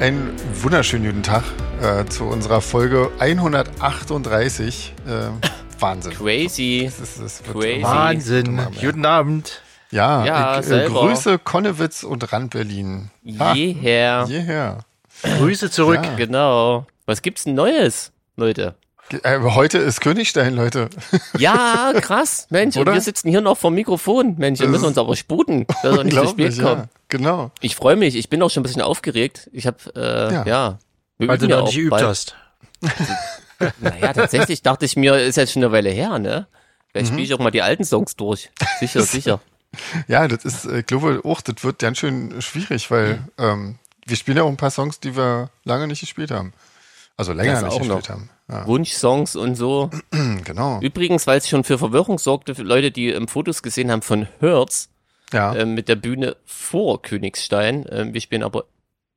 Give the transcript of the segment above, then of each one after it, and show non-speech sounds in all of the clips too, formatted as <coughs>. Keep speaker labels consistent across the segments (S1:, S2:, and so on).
S1: einen wunderschönen guten Tag äh, zu unserer Folge 138.
S2: <coughs>
S1: Äh, Wahnsinn.
S2: Crazy.
S1: Das ist, das wird
S2: Crazy.
S1: immer-
S3: Wahnsinn.
S1: Wahnsinn.
S3: Guten Abend.
S1: Ja,
S2: Ja,
S1: ich, äh,
S2: selber.
S1: Grüße Konnewitz und Rand Berlin. Ha,
S2: Jeher.
S1: Jeher.
S3: Grüße zurück.
S1: Ja.
S2: Genau. Was gibt's denn Neues, Leute?
S1: Ge- Äh, heute ist Königstein, Leute.
S3: <laughs>
S2: Ja, krass, Mensch.
S1: Oder?
S2: Und wir sitzen hier noch vom Mikrofon. Mensch, wir
S1: Das
S2: müssen
S1: ist
S2: uns aber sputen, dass wir nicht zu spät
S1: Unglaublich,
S2: kommen.
S1: ja. Genau.
S2: Ich freue mich. Ich bin auch schon ein bisschen aufgeregt. Ich habe, äh,
S1: Ja.
S2: ja. Wir
S3: Weil du
S2: üben ja
S3: noch nicht
S2: auch
S3: geübt
S2: bald.
S3: hast. <laughs>
S2: Naja, tatsächlich dachte ich mir, ist jetzt schon eine Weile her, ne? Vielleicht
S3: Mhm.
S2: spiele ich auch mal die alten Songs durch. Sicher,
S3: <laughs>
S2: sicher.
S1: Ja, das ist, äh, ich glaube auch, das wird ganz schön schwierig, weil
S2: Mhm.
S1: ähm, wir spielen ja auch ein paar Songs, die wir lange nicht gespielt haben. Also länger
S2: Das
S1: nicht
S2: auch
S1: gespielt
S2: noch. Mhm,
S1: haben. Ja,
S2: Wunschsongs und so.
S1: genau.
S2: Übrigens, weil es schon für Verwirrung sorgte, für Leute, die ähm, Fotos gesehen haben von Hertz,
S1: Ja,
S2: ähm, mit der Bühne vor Königstein. Ähm, wir spielen aber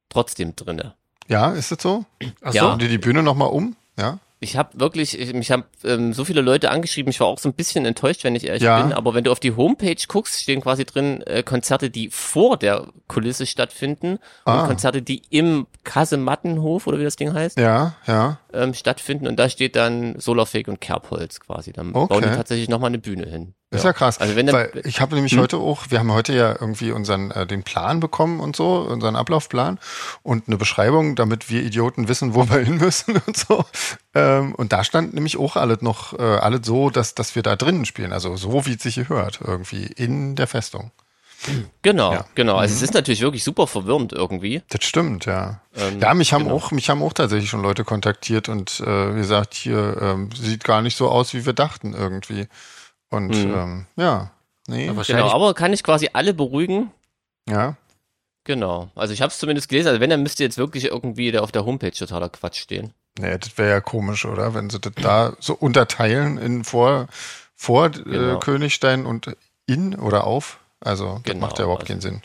S2: trotzdem drinne.
S1: ja ist das so?
S3: Ach
S2: Ja.
S1: Haben die die Bühne nochmal um? Ja.
S2: Ich habe wirklich, ich, mich haben ähm, so viele Leute angeschrieben. Ich war auch so ein bisschen enttäuscht, wenn ich ehrlich
S1: Ja.
S2: bin. Aber wenn du auf die Homepage guckst, stehen quasi drin äh, Konzerte, die vor der Kulisse stattfinden
S1: Ah.
S2: und Konzerte, die im Kassemattenhof oder wie das Ding heißt,
S1: Ja, ja.
S2: ähm, stattfinden. Und da steht dann Solarfake und Kerbholz quasi. Dann
S1: Okay.
S2: bauen die tatsächlich nochmal eine Bühne hin.
S1: Ist ja, krass.
S2: Also wenn dann,
S1: Weil ich habe nämlich heute auch, wir haben heute ja irgendwie unseren äh, den Plan bekommen und so, unseren Ablaufplan und eine Beschreibung, damit wir Idioten wissen, wo wir <laughs> hin müssen und so. Ähm, und da stand nämlich auch alles noch, äh, alles so, dass, dass wir da drinnen spielen. Also so, wie es sich gehört, irgendwie in der Festung.
S2: genau,
S1: Ja. Mhm.
S2: genau. Also es ist natürlich wirklich super verwirrend irgendwie.
S1: Das stimmt, ja.
S2: Ähm,
S1: ja, mich haben
S2: genau.
S1: auch, mich haben auch tatsächlich schon Leute kontaktiert und äh, gesagt, hier ähm, sieht gar nicht so aus, wie wir dachten irgendwie. Und ähm, ja, nee,
S3: Ja,
S2: Genau,
S3: wahrscheinlich.
S2: Hm. aber kann ich quasi alle beruhigen.
S1: ja,
S2: Genau. Also ich habe es zumindest gelesen. Also wenn, dann müsste jetzt wirklich irgendwie da auf der Homepage totaler Quatsch stehen.
S1: nee, das wäre ja komisch, oder? Wenn sie das da so unterteilen in vor, vor äh,
S2: Genau.
S1: Königstein und in oder auf. Also, das
S2: Genau,
S1: macht ja überhaupt
S2: also-
S1: keinen Sinn.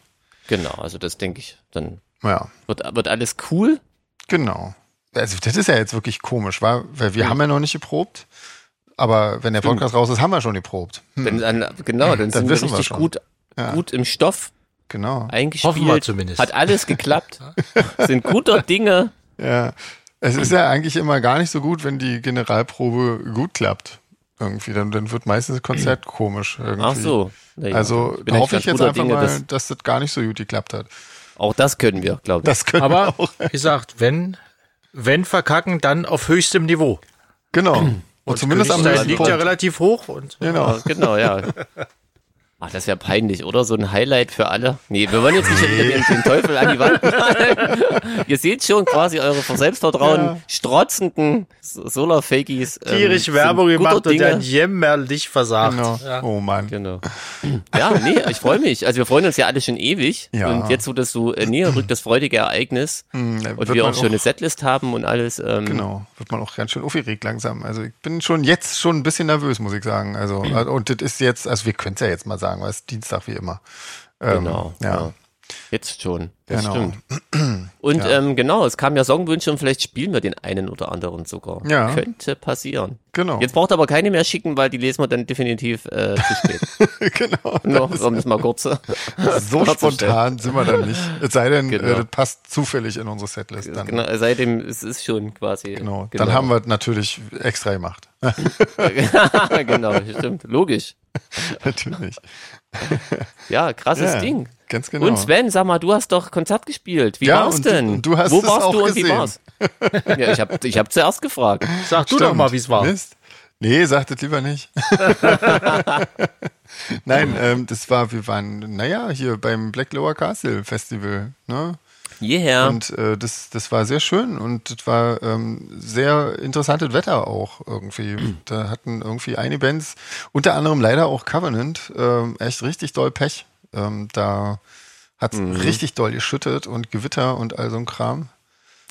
S2: Genau, also das denke ich. Dann
S1: Ja,
S2: wird, wird alles cool.
S1: genau. Also, das ist ja jetzt wirklich komisch, wa? weil
S2: Hm.
S1: wir haben ja noch nicht geprobt. Aber wenn der Podcast raus ist, haben wir schon geprobt.
S2: Wenn dann, genau,
S1: Hm. <laughs>
S2: dann,
S1: Dann
S2: sind wir
S1: wissen wir
S2: richtig
S1: schon.
S2: gut,
S1: Ja.
S2: gut im Stoff
S1: Genau.
S2: eingespielt.
S3: Hoffen wir zumindest.
S2: Hat alles
S1: <laughs>
S2: geklappt. sind guter Dinge.
S1: Ja, es ist ja eigentlich immer gar nicht so gut, wenn die Generalprobe gut klappt. Irgendwie, dann, dann wird meistens das Konzert komisch. Irgendwie.
S2: Ach so. Naja,
S1: Also
S2: bin
S1: hoffe
S2: ganz
S1: ich jetzt
S2: guter
S1: einfach
S2: Dinge,
S1: mal,
S2: dass-
S1: dass das gar nicht so gut geklappt hat.
S2: auch das können wir, glaube ich.
S1: Das können wir
S3: Aber
S1: auch.
S3: wie gesagt, wenn, wenn verkacken, dann auf höchstem Niveau.
S1: Genau. Und, zumindest am
S3: Königstein
S1: nächsten
S3: liegt ja
S1: Punkt.
S3: relativ hoch und
S1: Genau.
S2: Ah, genau, ja. <laughs> Ach, das wäre peinlich, oder? So ein Highlight für alle. Nee, wir wollen jetzt nicht den, den Teufel an die Wand malen. <laughs> Ihr seht schon quasi eure vor Selbstvertrauen strotzenden S- Solar-Fakies. ähm,
S3: tierisch
S2: sind
S3: Werbung
S2: guter
S3: gemacht und
S2: Dinge.
S3: dann jämmerlich versagt.
S1: genau. Oh Mann.
S2: Genau. Ja, nee, ich freue mich. Also wir freuen uns ja alle schon ewig.
S1: Ja.
S2: Und jetzt, wo das so äh, näher rückt, das freudige Ereignis
S1: Hm, da
S2: und
S1: wird
S2: wir
S1: man
S2: auch schon eine Setlist haben und alles. Ähm,
S1: Genau, wird man auch ganz schön aufgeregt langsam. Also ich bin schon jetzt schon ein bisschen nervös, muss ich sagen. Also
S2: Hm.
S1: äh, und das ist jetzt, also wir können es ja jetzt mal sagen, weil es ist Dienstag wie immer. Ähm,
S2: Genau.
S1: Ja,
S2: Jetzt schon. Das
S1: Genau.
S2: stimmt. Und
S1: Ja.
S2: ähm, genau, es kamen ja Songwünsche und vielleicht spielen wir den einen oder anderen sogar.
S1: Ja.
S2: Könnte passieren.
S1: genau.
S2: Jetzt braucht aber keine mehr schicken, weil die lesen wir dann definitiv
S1: <laughs>
S2: äh, zu spät.
S1: <laughs> genau.
S2: <laughs> Nur um das
S1: <laughs>
S2: mal kurz.
S1: So spontan sind wir dann nicht. Es sei denn,
S2: Genau.
S1: äh, das passt zufällig in unsere Setlist. Dann, genau,
S2: Genau, seitdem es ist schon quasi. genau.
S1: Dann haben wir es natürlich extra gemacht. <laughs>
S2: wir. <laughs> genau, stimmt. Logisch.
S1: natürlich.
S2: Ja, krasses
S1: Ja,
S2: Ding.
S1: Ganz genau.
S2: Und Sven, sag mal, du hast doch Konzert gespielt. Wie
S1: Ja,
S2: war's
S1: und du-
S2: denn?
S1: und du hast
S2: Wo
S1: es
S2: warst
S1: auch
S2: du und wie
S1: gesehen.
S2: war's? ja, ich habe ich hab zuerst
S1: <laughs>
S2: gefragt.
S3: Sag du doch mal, ne? wie es war.
S1: Mist. Nee, sagt es lieber nicht. <laughs> Nein, ähm, das war, wir waren, naja, hier beim Black Lower Castle Festival. Ne?
S2: Hierher.
S1: Und äh, das, das war sehr schön und das war ähm, sehr interessantes Wetter auch
S3: <clears throat>
S1: irgendwie. Da hatten irgendwie einige Bands, unter anderem leider auch Covenant, ähm, echt richtig doll Pech. Ähm, da hat es
S3: Mhm.
S1: richtig doll geschüttet und Gewitter und all so ein Kram.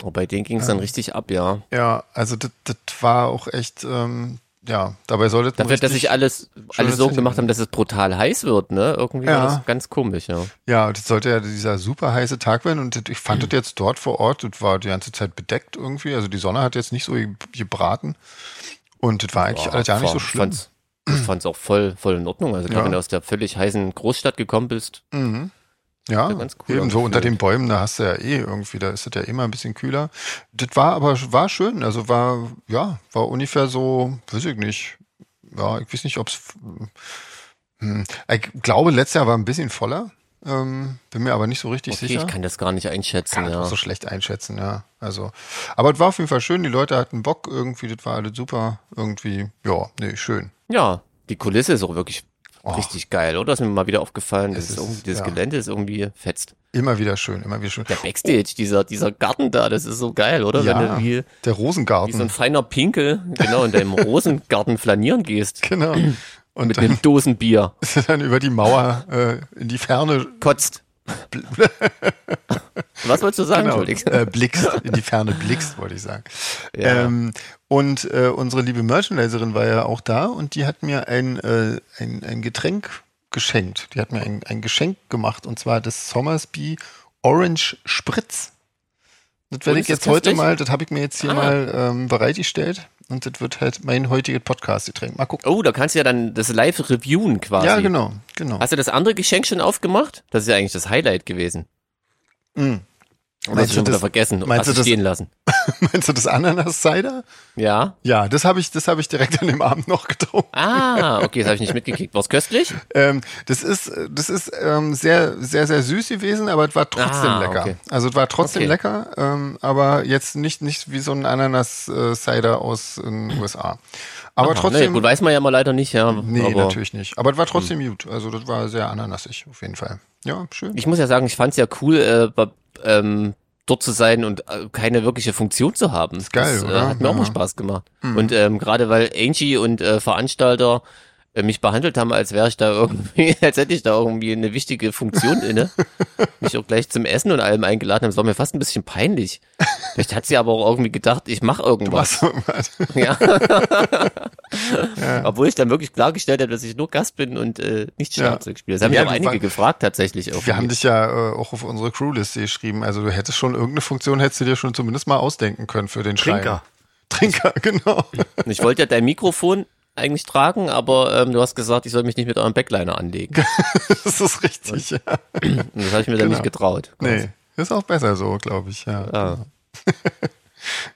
S2: oh, bei denen ging es dann richtig ab, ja.
S1: Ja, also das, das war auch echt, ähm, ja, dabei sollte
S2: Dafür, dass sich alles, alles so
S1: Festival.
S2: gemacht haben, dass es brutal heiß wird, ne? Irgendwie
S1: Ja.
S2: war das ganz komisch, ja.
S1: Ja, das sollte ja dieser super heiße Tag werden und das- ich fand das jetzt dort vor Ort, das war die ganze Zeit bedeckt irgendwie, also die Sonne hat jetzt nicht so ge- gebraten und das war eigentlich
S2: Ja,
S1: alles ja nicht so
S2: ich
S1: schlimm.
S2: Fand's, ich fand's auch voll, voll in Ordnung. Also,
S1: Ja.
S2: wenn du aus der völlig heißen Großstadt gekommen bist,
S1: Ja,
S2: Ja, ganz cool
S1: eben so
S2: angefühlt.
S1: unter den Bäumen, da hast du ja eh irgendwie, da ist es ja immer ein bisschen kühler. Das war aber war schön, also war, ja, war ungefähr so, weiß ich nicht. Ja, ich weiß nicht, ob es. Hm, ich glaube, letztes Jahr war ein bisschen voller, ähm, bin mir aber nicht so richtig
S2: Okay,
S1: sicher.
S2: ich kann das gar nicht einschätzen,
S1: Kann ich auch
S2: ja.
S1: so schlecht einschätzen, ja. Also, aber es war auf jeden Fall schön, die Leute hatten Bock irgendwie, das war alles super, irgendwie, ja, nee, schön.
S2: Ja, die Kulisse ist auch wirklich richtig geil, oder? Ist mir mal wieder aufgefallen.
S1: Oh.
S2: Das
S1: Es
S2: ist
S1: ist-
S2: irgendwie, das
S1: ja.
S2: Gelände ist irgendwie fetzt.
S1: Immer wieder schön, immer wieder schön.
S2: Der Backstage, dieser, dieser Garten da, das ist so geil, oder? Wenn
S1: Ja, Hm.
S2: du wie,
S1: der
S2: wie so ein
S1: Rosengarten,
S2: feiner Pinkel, genau,
S1: <laughs>
S2: in deinem Rosengarten flanieren gehst. <clears throat>
S1: genau. Und
S2: mit einem Dosenbier.
S1: <laughs> dass er dann über die Mauer äh, in die
S2: <laughs>
S1: Ferne
S2: Kotzt. Was wolltest du sagen,
S1: genau,
S2: Entschuldigung?
S1: äh, blickst, in die Ferne blickst, wollte ich sagen.
S2: Ja.
S1: Ähm, und äh, unsere liebe Merchandiserin war ja auch da und die hat mir ein, äh, ein, ein Getränk geschenkt. Die hat mir ein, ein Geschenk gemacht und zwar das Somersby Orange Spritz. Das
S2: Und
S1: werde ich
S2: ist das
S1: jetzt heute
S2: köstlich?
S1: mal, das habe ich mir jetzt hier
S2: Ah.
S1: mal ähm, bereitgestellt und das wird halt mein heutiges Podcast-Getränk. Mal gucken.
S2: Oh, da kannst du ja dann das live reviewen quasi.
S1: Ja, genau, genau.
S2: Hast du das andere Geschenk schon aufgemacht? Das ist ja eigentlich das Highlight gewesen.
S1: Mm.
S2: Hast du
S1: Meinst, du
S2: schon wieder
S1: das,
S2: vergessen und
S1: meinst
S2: hast
S1: du
S2: du
S1: das-
S2: stehen lassen.
S1: meinst du das Ananas-Cider?
S2: Ja.
S1: Ja, das habe ich, das habe ich direkt an dem Abend noch getrunken.
S2: Ah, okay, das habe ich nicht mitgekriegt. War es köstlich?
S1: Ähm, das ist, das ist ähm, sehr, sehr, sehr süß gewesen, aber es war trotzdem
S2: Ah,
S1: lecker.
S2: okay.
S1: Also es war trotzdem
S2: Okay.
S1: lecker, ähm, aber jetzt nicht, nicht wie so ein Ananas-Cider aus den USA. Aber
S2: Nee,
S1: trotzdem,
S2: gut, weiß man ja mal leider nicht, ja.
S1: nee,
S2: aber Hm.
S1: natürlich nicht. Aber es war trotzdem gut. Also das war sehr ananasig auf jeden Fall. Ja, schön. <laughs>
S2: Ich muss ja sagen, ich fand es ja cool, äh, bei- ähm, dort zu sein und äh, keine wirkliche Funktion zu haben. Ist
S1: geil,
S2: das, äh,
S1: oder?
S2: hat mir auch
S1: Ja. Mhm.
S2: mal Spaß gemacht. Und ähm, gerade weil Angie und äh, Veranstalter äh, mich behandelt haben, als wäre ich da irgendwie, <laughs> als hätte ich da irgendwie eine wichtige
S1: <laughs>
S2: Funktion inne. mich auch gleich zum Essen und allem eingeladen haben. Es war mir fast ein bisschen peinlich. Vielleicht hat sie aber auch irgendwie gedacht, ich mache irgendwas.
S1: Was?
S2: Ja. Obwohl ich dann wirklich klargestellt habe, dass ich nur Gast bin und äh, nicht
S1: Ja.
S2: Schlagzeug spiele. Das haben
S1: Ja,
S2: mich auch
S1: wir
S2: einige
S1: waren-
S2: gefragt tatsächlich.
S1: Wir
S2: irgendwie.
S1: haben dich ja äh, auch auf unsere Crewliste geschrieben. Also du hättest schon irgendeine Funktion, hättest du dir schon zumindest mal ausdenken können für den Schrein.
S3: Trinker.
S1: Trinker, <laughs>
S2: <laughs>
S1: genau.
S2: Und Ich wollte ja dein Mikrofon eigentlich tragen, aber ähm, du hast gesagt, ich soll mich nicht mit eurem
S1: <laughs>
S2: Backliner anlegen.
S1: Das ist richtig. Ja.
S2: Und das habe ich mir dann
S1: Genau.
S2: nicht getraut.
S1: Nee, ist auch besser so, glaube ich. Ja.
S2: Ah.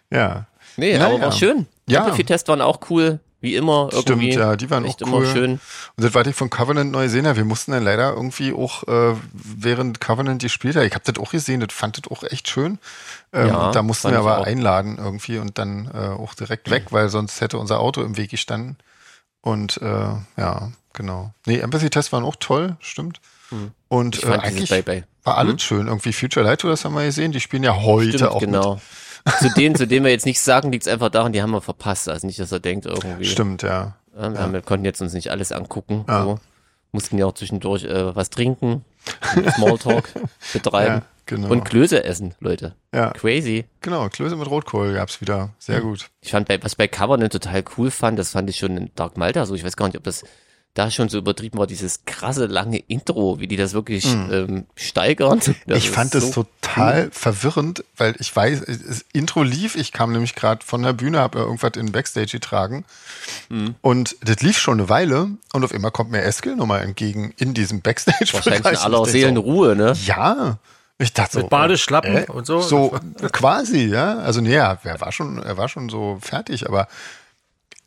S1: ja.
S2: Nee,
S1: Naja.
S2: aber war schön.
S1: Ja.
S2: Amplify-Tests waren auch cool, wie immer. Irgendwie.
S1: Stimmt, ja, die waren
S2: Echt
S1: auch
S2: immer
S1: cool.
S2: schön.
S1: Und das war die von Covenant Neuseeland. Wir mussten dann leider irgendwie auch, äh, während Covenant gespielt hat, ich habe das auch gesehen, das fand das auch echt schön. Ähm,
S2: Ja,
S1: und da mussten
S2: fand
S1: wir
S2: ich
S1: aber
S2: auch.
S1: einladen irgendwie und dann äh, auch direkt weg, weil sonst hätte unser Auto im Weg gestanden. Und äh, ja, genau. Nee, Empathy-Tests waren auch toll, stimmt. Und
S2: Hm. Ich
S1: äh,
S2: fand dieses
S1: eigentlich
S2: Bye-Bye.
S1: war alles schön. Irgendwie Future Light, das haben wir gesehen. Die spielen ja heute
S2: Hm? Stimmt,
S1: auch mit.
S2: genau. zu denen, zu denen wir jetzt nichts sagen, liegt es einfach daran, die haben wir verpasst. Also nicht, dass er denkt irgendwie.
S1: Stimmt, ja.
S2: Ja, wir, haben, wir konnten jetzt uns nicht alles angucken.
S1: Ja.
S2: So. Mussten ja auch zwischendurch äh, was trinken,
S1: <laughs>
S2: und Smalltalk betreiben
S1: Ja, genau.
S2: und Klöße essen, Leute.
S1: Ja.
S2: Crazy.
S1: Genau, Klöße mit Rotkohl gab's wieder. Sehr gut.
S2: Ich fand, bei, was ich bei Covenant total cool fand, das fand ich schon in Dark Malta so. Ich weiß gar nicht, ob das da schon so übertrieben war, dieses krasse lange Intro, wie die das wirklich ähm, steigern. Das
S1: Hm. ich fand
S2: es
S1: es total verwirrend, weil ich weiß, äh, das Intro lief, ich kam nämlich gerade von der Bühne, habe irgendwas in den Backstage getragen
S2: Mhm.
S1: und das lief schon eine Weile und auf einmal kommt mir Eskil nochmal entgegen in diesem Backstage.
S2: wahrscheinlich in aller
S1: so,
S2: Seelenruhe, ne?
S1: Ja, ich dachte so.
S3: Mit Badeschlappen
S1: äh,
S3: und so.
S1: So quasi, ja. Also nee, er er war schon, er war schon so fertig, aber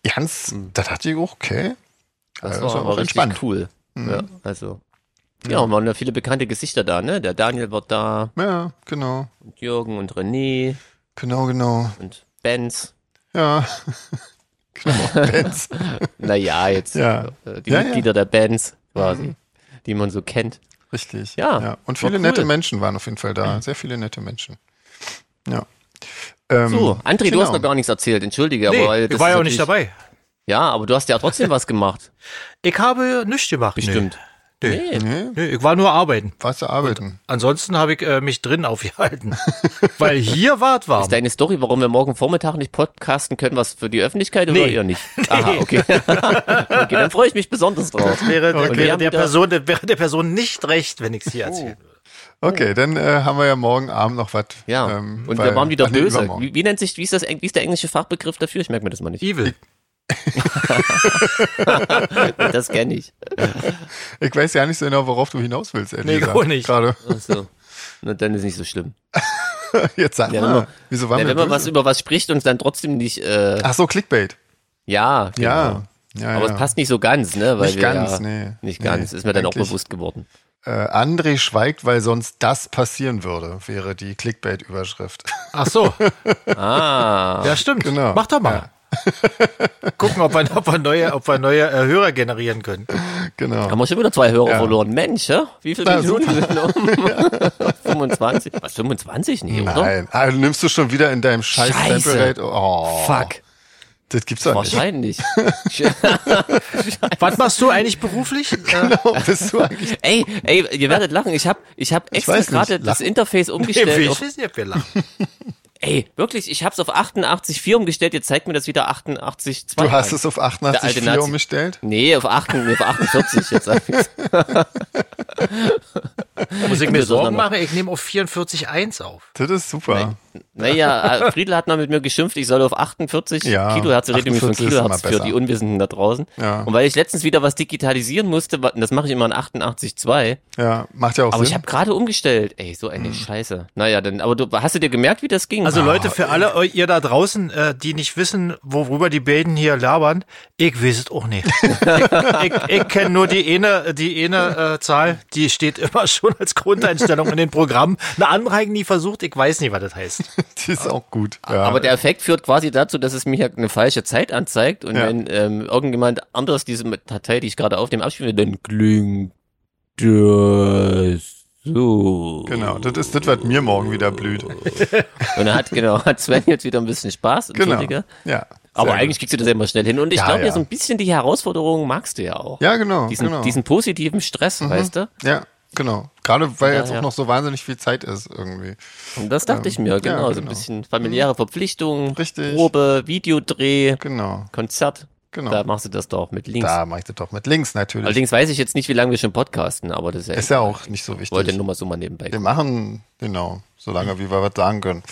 S1: ganz,
S2: Mhm.
S1: da dachte ich, okay,
S2: Das
S1: Also
S2: war
S1: ist
S2: aber
S1: auch
S2: richtig
S1: entspannt. Hm.
S2: cool. Ja, also. Ja, und waren ja viele bekannte Gesichter da, ne? Der Daniel war da,
S1: ja, genau,
S2: und Jürgen und René
S1: genau, genau,
S2: und Benz.
S1: ja. <laughs> genau, Benz.
S2: Naja, jetzt
S1: Ja.
S2: äh, die
S1: Ja, Hm. ja.
S2: Mitglieder der Bands quasi, die man so kennt.
S1: Richtig.
S2: Ja,
S1: Und
S2: war
S1: viele
S2: cool. Mhm.
S1: nette Menschen waren auf jeden Fall da. Sehr viele nette Menschen. Ja. Ähm,
S2: So, André, du
S1: genau.
S2: hast noch gar nichts erzählt, entschuldige,
S3: Nee,
S2: aber. äh,
S3: ich
S2: das
S3: war
S2: ist
S3: ja auch nicht
S2: natürlich-
S3: dabei.
S2: Ja, aber du hast
S1: <laughs>
S2: ja trotzdem was gemacht.
S3: Ich habe nichts gemacht.
S2: Bestimmt.
S3: Nee.
S1: Nee,
S2: Nee.
S3: Nee. nee, ich war nur arbeiten.
S1: warst du arbeiten?
S3: Ansonsten habe ich äh, mich drin <laughs> aufgehalten. Weil hier war es warm.
S2: Ist deine Story, warum wir morgen Vormittag nicht podcasten können, was für die Öffentlichkeit oder
S3: Nee.
S1: <laughs>
S2: eher nicht? Aha, okay. <laughs> okay, dann freue ich mich besonders drauf.
S3: Wäre,
S2: Okay.
S3: wäre, der
S2: wieder-
S3: Person, der, wäre der Person nicht recht, wenn ich es hier erzähle.
S1: Okay, dann äh, haben wir ja morgen Abend noch was.
S2: Oh. Ja,
S1: ähm,
S2: und
S1: weil-
S2: wir waren wieder
S1: ach nee,
S2: böse.
S1: übermorgen. <laughs>
S2: Wie, wie nennt sich, wie ist, das, wie ist der englische Fachbegriff dafür? Ich merke mir das mal nicht.
S3: Evil.
S2: das kenne ich.
S1: Ich weiß ja nicht so genau, worauf du hinaus willst, ehrlich
S3: Nee,
S1: gesagt.
S3: gar nicht.
S1: Gerade.
S2: Ach so. Na, dann ist nicht so schlimm.
S1: <laughs> Jetzt sag
S2: Ja, wenn
S1: mal,
S2: man-
S1: wieso waren
S2: Ja,
S1: wir
S2: wenn man
S1: böse?
S2: was über was spricht und dann trotzdem nicht, äh,
S1: Ach so, Clickbait.
S2: ja, genau.
S1: Ja. ja, ja.
S2: Aber es passt nicht so ganz, ne? Weil
S1: Nicht
S2: wir
S1: ganz,
S2: ja,
S1: nee.
S2: Nicht
S1: Nee,
S2: ganz, ist mir dann auch
S1: eigentlich-
S2: bewusst geworden.
S1: Äh, André schweigt, weil sonst das passieren würde, wäre die Clickbait-Überschrift. <laughs>
S3: Ach so,
S2: Ah,
S3: ja stimmt.
S1: Genau.
S3: Mach doch mal. <laughs> Gucken, ob wir, ob wir neue, ob wir neue äh, Hörer generieren können.
S1: genau.
S2: haben wir schon wieder zwei Hörer
S1: Ja.
S2: verloren. Mensch, hä? wie viele
S1: Na,
S2: Minuten sind um?
S1: <laughs>
S2: 25? Was, 25? Nee, oder?
S1: Nein, ah, nimmst du schon wieder in deinem scheiß
S2: Scheiße.
S1: Sample Rate. Oh,
S2: Fuck,
S1: Das gibt's doch nicht. <laughs>
S2: wahrscheinlich.
S3: Was machst du eigentlich beruflich? Äh,
S1: Bist du eigentlich
S2: ey, ey, ihr werdet lachen. Ich hab, ich hab extra
S1: weiß nicht,
S2: gerade das
S1: lachen.
S2: Interface umgestellt auf
S3: ich weiß nicht, ob wir lachen.
S2: Ey, wirklich, ich hab's auf 88,4 umgestellt, jetzt zeigt mir das wieder 88,2.
S1: Du hast
S2: an.
S1: es auf
S2: Der alte
S1: 88,4
S2: Nazi.
S1: umgestellt?
S2: Nee, auf 8, nee, auf 48
S1: <laughs>
S2: jetzt. sag ich's.
S3: Muss ich
S2: Wir
S3: mir
S2: sollen
S3: Sorgen
S2: noch-
S3: machen? Ich nehme auf 44.1 auf.
S1: Das ist super.
S2: Naja, äh, Friedel hat mal mit mir geschimpft, ich soll auf 48
S1: Ja,
S2: Kilohertz, rede nämlich von
S1: 48 ist immer
S2: Kilohertz für
S1: besser.
S2: die Unwissenden da draußen.
S1: Ja.
S2: Und weil ich letztens wieder was digitalisieren musste, wa- das mache ich immer in 88,2,
S1: Ja, macht ja Hm. auch
S2: aber ich
S1: Sinn.
S2: habe gerade umgestellt. Ey, so eine Scheiße. Naja, dann, aber du, hast du dir gemerkt, wie das ging? Ah.
S3: Also Leute, für alle eu- ihr da draußen, äh, die nicht wissen, worüber die beiden hier labern, ich weiß es auch <laughs> nicht. ich ich, ich kenne nur die eine, die eine äh, Zahl, die steht immer schon als Grundeinstellung in den Programmen. Eine andere habe ich nie versucht, ich weiß nicht, was das heißt.
S1: Die ist auch gut. Ja.
S2: Aber der Effekt führt quasi dazu, dass es mir eine falsche Zeit anzeigt und
S1: Ja.
S2: wenn ähm, irgendjemand anderes diese Datei, die ich gerade auf dem abspiele, dann klingt das so.
S1: genau, das ist das, was mir morgen wieder blüht.
S2: Und dann hat, genau, <laughs> hat Sven jetzt wieder ein bisschen Spaß,
S1: Genau.
S2: entschuldige.
S1: Ja.
S2: Aber
S1: sehr
S2: eigentlich
S1: gut.
S2: kriegst du das ja immer schnell hin und ich
S1: Ja,
S2: glaube
S1: ja.
S2: ja so ein bisschen die Herausforderungen magst du ja auch.
S1: Ja, genau.
S2: Diesen,
S1: genau. Mhm.
S2: diesen positiven Stress, weißt du?
S1: ja, genau. Gerade weil jetzt
S2: Daher.
S1: auch noch so wahnsinnig viel Zeit ist irgendwie.
S2: Und das dachte ich mir, genau, So ein
S1: genau.
S2: bisschen familiäre Verpflichtungen,
S1: Richtig.
S2: Probe, Videodreh,
S1: Genau,
S2: Konzert.
S1: genau.
S2: Da
S1: Da,
S2: machst du das doch mit Links.
S1: mache ich das doch mit links natürlich.
S2: Allerdings weiß ich jetzt nicht, wie lange wir schon podcasten, aber das ist ja,
S1: ist ja auch nicht so
S2: ich wollte
S1: wichtig.
S2: nur mal so mal nebenbei.
S1: Wir machen, genau, solange wie wir was sagen können.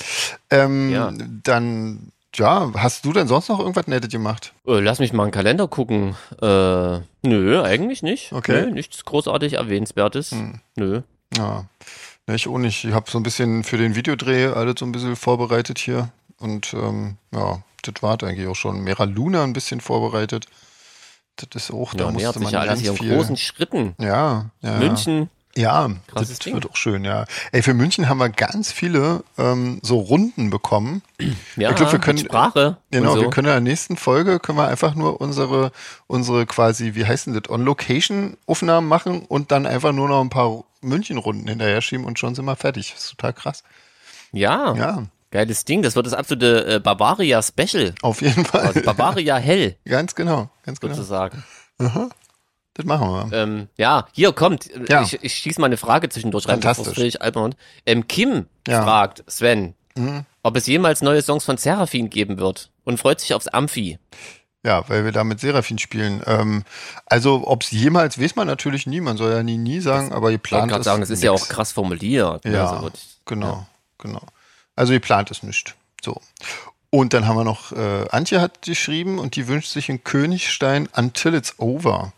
S1: Ähm,
S2: Ja.
S1: Dann, ja, hast du denn sonst noch irgendwas Nettes gemacht?
S2: Äh, lass mich mal einen Kalender gucken. Äh, nö, eigentlich nicht.
S1: Okay. Hm.
S2: Nö, nichts großartig erwähnenswertes. Nö.
S1: Ja, ne, ich auch nicht. Ich habe so ein bisschen für den Videodreh alles so ein bisschen vorbereitet hier. Und ähm, ja, das war eigentlich auch schon. Mera Luna ein bisschen vorbereitet. Das ist auch, da
S2: Ja, nähert
S1: musste
S2: sich
S1: man
S2: ja alles
S1: ganz
S2: hier in
S1: viel.
S2: großen Schritten.
S1: ja, ja,
S2: München,
S1: Ja,
S2: Krasses
S1: das
S2: Ding.
S1: wird auch schön, ja. Ey, für München haben wir ganz viele ähm, so Runden bekommen.
S2: ja,
S1: Ich glaub, wir können-
S2: mit Sprache.
S1: Genau,
S2: und so.
S1: wir können in der nächsten Folge können wir einfach nur unsere, unsere quasi, wie heißt denn das, On-Location-Aufnahmen machen und dann einfach nur noch ein paar München-Runden hinterher schieben und schon sind wir fertig. Das ist total krass.
S2: ja,
S1: Ja,
S2: geiles Ding. Das wird das absolute äh, Barbaria-Special.
S1: auf jeden Fall.
S2: Also Barbaria hell,
S1: <laughs> ganz genau, ganz genau.
S2: sozusagen.
S1: Das machen wir.
S2: Ähm, ja, hier kommt. äh,
S1: Ja.
S2: Ich, ich schieß mal eine Frage zwischendurch rein.
S1: Fantastisch.
S2: bevor Friedrich Alpermann- Ähm, Kim
S1: Ja. Mhm.
S2: fragt Sven, ob es jemals neue Songs von Seraphin geben wird und freut sich aufs Amphi.
S1: Ja, weil wir da mit Seraphin spielen. Ähm, also, ob es jemals, weiß man natürlich nie. Man soll ja nie, nie sagen, aber
S2: Ich wollte
S1: geplant
S2: gerade
S1: ist.
S2: sagen, das ist ja
S1: nix.
S2: auch krass formuliert. ne?
S1: Ja,
S2: Also wird-
S1: genau, genau. Also geplant ist nicht. So. Und dann haben wir noch, äh, Antje hat geschrieben und die wünscht sich in Königstein Until It's Over.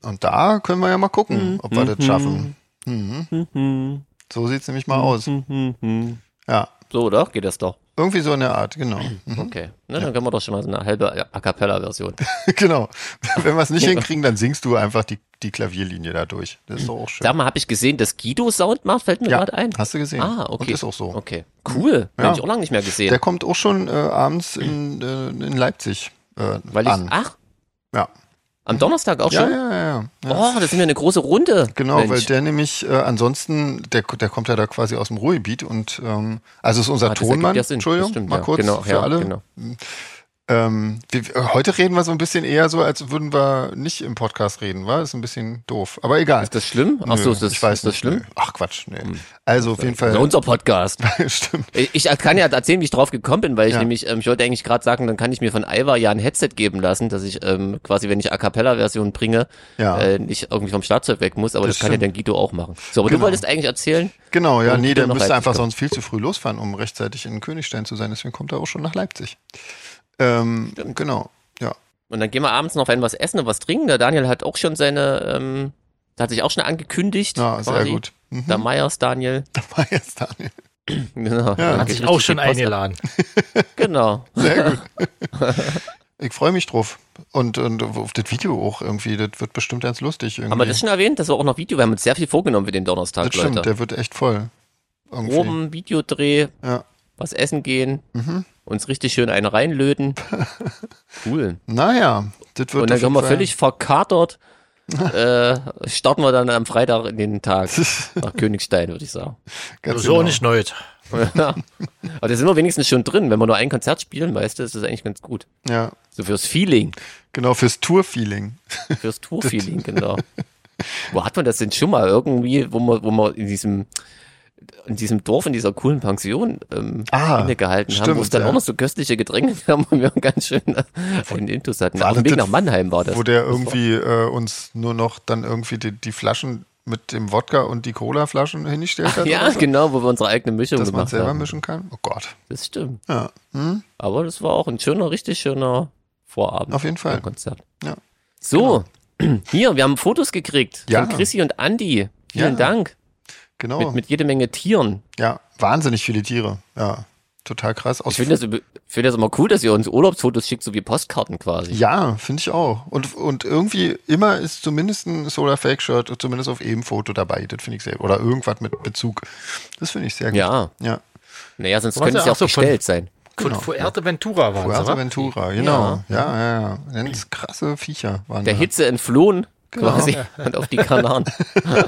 S1: Und da können wir ja mal
S2: Mhm.
S1: gucken, ob wir das schaffen. Mhm.
S2: Hm,
S1: So sieht es nämlich mal aus.
S2: hm, hm, hm.
S1: Ja,
S2: So, oder? Geht das doch.
S1: irgendwie so in der Art, genau. <laughs> Mhm.
S2: Okay. Na, dann können wir doch schon mal so eine halbe A cappella-Version.
S1: genau. Wenn wir es nicht hinkriegen, dann singst du einfach die, die Klavierlinie dadurch. Das ist doch auch schön.
S2: Sag mal, habe ich gesehen, dass Guido Sound macht? Fällt mir gerade ein.
S1: hast du gesehen.
S2: Ah, okay.
S1: Und ist auch so.
S2: Okay. Cool.
S1: Also. Ja.
S2: Hab ich auch lange nicht mehr gesehen.
S1: Der kommt auch schon äh, abends in, äh, in Leipzig äh,
S2: weil ich,
S1: an.
S2: ach,
S1: ja.
S2: am Donnerstag auch
S1: Ja,
S2: schon?
S1: ja, ja, ja.
S2: Oh, das sind wir eine große Runde.
S1: Genau,
S2: Mensch.
S1: weil der nämlich äh, ansonsten, der, der kommt ja da quasi aus dem Ruhrgebiet und ähm, also ist unser
S2: Ah, das ergibt
S1: Tonmann.
S2: ja Sinn.
S1: Entschuldigung,
S2: Das stimmt,
S1: mal
S2: ja.
S1: kurz
S2: Genau,
S1: für
S2: ja,
S1: alle.
S2: genau.
S1: Ähm, wir, heute reden wir so ein bisschen eher so, als würden wir nicht im Podcast reden, war? Ist ein bisschen doof, aber egal.
S2: Ist das schlimm? Ach so,
S1: Nö,
S2: ist das,
S1: ich weiß
S2: ist das
S1: nicht,
S2: schlimm? Hm.
S1: nö. Ach Quatsch, nee. Also auf jeden
S2: Also
S1: Fall.
S2: unser Podcast.
S1: <laughs> Stimmt.
S2: Ich ich kann ja erzählen, wie ich drauf gekommen bin, weil ich
S1: Ja.
S2: nämlich, ähm, ich wollte eigentlich gerade sagen, dann kann ich mir von Ivar ja ein Headset geben lassen, dass ich ähm, quasi, wenn ich A Cappella-Version bringe,
S1: Ja.
S2: äh, nicht irgendwie vom Schlagzeug weg muss, aber
S1: Das
S2: das, kann ja
S1: stimmt.
S2: dann Guido auch machen. So, aber
S1: Genau.
S2: du wolltest eigentlich erzählen,
S1: Genau, ja,
S2: Und
S1: nee,
S2: geht
S1: der
S2: nach
S1: müsste
S2: Leipzig
S1: einfach
S2: kommen.
S1: sonst viel zu früh losfahren, um rechtzeitig in Königstein zu sein. Deswegen kommt er auch schon nach Leipzig. Ähm, genau. Ja.
S2: Und dann gehen wir abends noch ein was essen und was trinken. Der Daniel hat auch schon seine, ähm, hat sich auch schon angekündigt.
S1: Ja, sehr
S2: quasi.
S1: gut. Mhm.
S2: Der Meyers Daniel.
S1: <laughs> Da war jetzt Daniel.
S2: Genau.
S1: Ja.
S3: Hat
S2: geht
S3: sich
S2: richtig
S3: auch
S2: viel
S3: schon
S2: Post ab.
S3: eingeladen.
S2: Genau.
S1: Sehr gut. ich freue mich drauf. Und, und auf das Video auch irgendwie. Das wird bestimmt ganz lustig. Irgendwie.
S2: Haben wir das schon erwähnt? Das war auch noch Video. Wir haben uns sehr viel vorgenommen für den Donnerstag,
S1: Das stimmt,
S2: Leute.
S1: der wird echt voll. Irgendwie.
S2: Proben, Videodreh,
S1: Ja.
S2: was essen gehen, uns richtig schön einen reinlöten. Cool.
S1: Naja, das wird
S2: Und dann
S1: auf jeden
S2: kommen wir
S1: Fall-
S2: völlig verkatert. äh, starten wir dann am Freitag in den Tag nach Königstein, würde ich sagen. <laughs>
S1: ganz
S3: so
S1: genau.
S3: nicht neu.
S2: Ja. Aber da sind wir wenigstens schon drin. Wenn wir nur ein Konzert spielen, weißt du, ist das eigentlich ganz gut.
S1: Ja,
S2: So fürs Feeling,
S1: genau, fürs Tour-Feeling.
S2: fürs Tour-Feeling, genau. Wo hat man das denn schon mal irgendwie, wo man, wo man in diesem in diesem Dorf, in dieser coolen Pension ähm,
S1: Ah,
S2: innegehalten haben,
S1: stimmt,
S2: wo es dann
S1: ja.
S2: auch noch so köstliche Getränke <laughs> haben und wir ganz schön einen Intus hatten.
S1: War
S2: Auf dem
S1: das
S2: Weg
S1: das,
S2: nach Mannheim war das.
S1: Wo der irgendwie äh, uns nur noch dann irgendwie die, die Flaschen mit dem Wodka und die Cola-Flaschen hingestellt hat.
S2: ja, <laughs>
S1: oder so,
S2: genau, wo wir unsere eigene Mischung
S1: Dass man
S2: gemacht
S1: selber
S2: haben.
S1: mischen kann. Oh Gott.
S2: Das stimmt.
S1: Ja. Hm?
S2: Aber das war auch ein schöner, richtig schöner Vorabend.
S1: Auf jeden Fall.
S2: beim Konzert.
S1: Ja.
S2: So, <clears throat> hier, wir haben Fotos gekriegt
S1: Ja.
S2: von Chrissy und Andy. Vielen
S1: Ja.
S2: Dank.
S1: Genau.
S2: Mit, mit jede Menge Tieren.
S1: ja, wahnsinnig viele Tiere. Ja, total krass. Aus
S2: Ich finde das, üb- ich find das immer cool, dass ihr uns Urlaubsfotos schickt, so wie Postkarten quasi.
S1: Ja, finde ich auch. Und, und irgendwie immer ist zumindest ein Solar Fake Shirt, zumindest auf jedem Foto dabei. Das finde ich sehr. Oder irgendwas mit Bezug. Das finde ich sehr gut.
S2: Ja.
S1: Ja.
S2: Naja, sonst
S3: Was
S2: könnte
S3: ja
S2: es ja
S3: auch
S2: auch
S3: so von-
S2: bestellt sein.
S3: Von Fuerteventura waren sie, wa?
S1: Fuerteventura, genau. Ja, ja, ja. Ganz krasse Viecher waren
S2: Der
S1: da.
S2: Hitze entflohen quasi und auf die Kanaren.
S3: <laughs>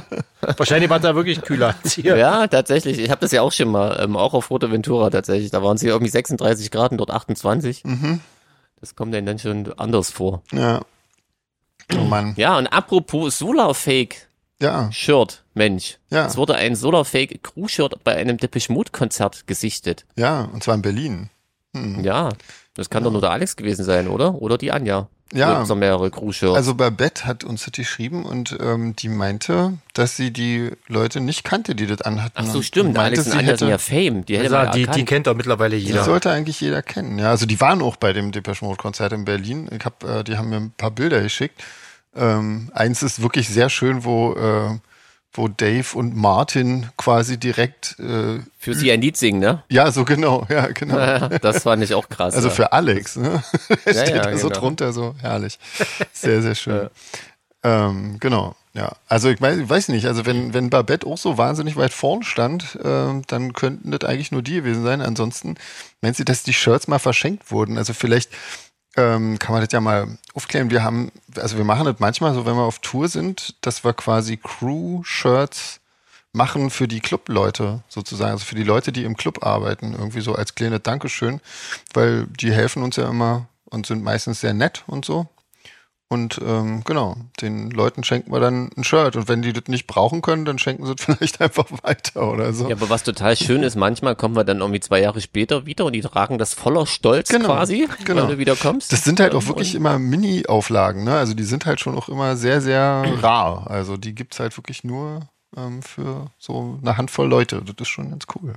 S3: Wahrscheinlich war da wirklich kühler als hier.
S2: Ja, tatsächlich. Ich habe das ja auch schon mal, ähm, auch auf Rotoventura tatsächlich. Da waren es hier irgendwie 36 Grad und dort 28. Das kommt denen dann schon anders vor.
S1: Ja. Oh Mann.
S2: Ja, und apropos Solarfake
S1: Ja,
S2: Shirt, Mensch.
S1: Ja.
S2: Es wurde ein Solarfake Crew Shirt bei einem Depeche Mode Konzert gesichtet.
S1: ja. Und zwar in Berlin.
S2: Ja. Das kann doch nur der Alex gewesen sein, oder? Oder die Anja.
S1: Ja.
S2: Oder so mehrere Crew Shirts.
S1: Also Babette hat uns das geschrieben und ähm, die meinte, dass sie die Leute nicht kannte, die das anhatten.
S2: Ach so,
S1: Und
S2: stimmt.
S1: meinte,
S2: Alex und
S1: Ähm, sie
S2: Anja sind
S1: hätte,
S2: ja Fame. Die hätte man
S3: Ja,
S2: ja
S3: die, die
S2: erkannt.
S3: kennt doch mittlerweile
S1: Die
S3: jeder.
S1: sollte eigentlich jeder kennen. Ja, also die waren auch bei dem Depeche Mode Konzert in Berlin. Ich hab, äh, die haben mir ein paar Bilder geschickt. Ähm, eins ist wirklich sehr schön, wo, äh, wo Dave und Martin quasi direkt, äh,
S2: Für sie ein Lied
S1: <laughs>
S2: singen, ne?
S1: ja, so genau, ja, genau.
S2: Das fand ich auch krass.
S1: Also
S2: ja.
S1: für Alex, ne? <laughs> Der
S2: Ja,
S1: steht
S2: ja,
S1: da so
S2: genau.
S1: drunter, so herrlich. Sehr, sehr
S2: <laughs>
S1: schön. Ähm, genau, ja. Also ich weiß, ich weiß nicht, also wenn, wenn Babette auch so wahnsinnig weit vorn stand, ähm, dann könnten das eigentlich nur die gewesen sein. Ansonsten, wenn sie, dass die Shirts mal verschenkt wurden, also vielleicht ähm, kann man das ja mal aufklären. Wir haben, also wir machen das manchmal so, wenn wir auf Tour sind, dass wir quasi Crew-Shirts machen für die Clubleute sozusagen, also für die Leute, die im Club arbeiten, irgendwie so als kleines Dankeschön, weil die helfen uns ja immer und sind meistens sehr nett und so. Und ähm, genau, den Leuten schenken wir dann ein Shirt und wenn die das nicht brauchen können, dann schenken sie es <laughs> vielleicht einfach weiter oder so.
S2: Ja, aber was total schön ist, manchmal kommen wir dann irgendwie zwei Jahre später wieder und die tragen das voller Stolz
S1: Genau,
S2: quasi,
S1: genau.
S2: wenn du wieder kommst.
S1: Das sind halt auch
S2: Ähm,
S1: wirklich
S2: und-
S1: immer Mini-Auflagen, ne? Also die sind halt schon auch immer sehr,
S2: <clears throat>
S1: sehr rar. Also die gibt's halt wirklich nur ähm, für so eine Handvoll Leute. Das ist schon ganz cool.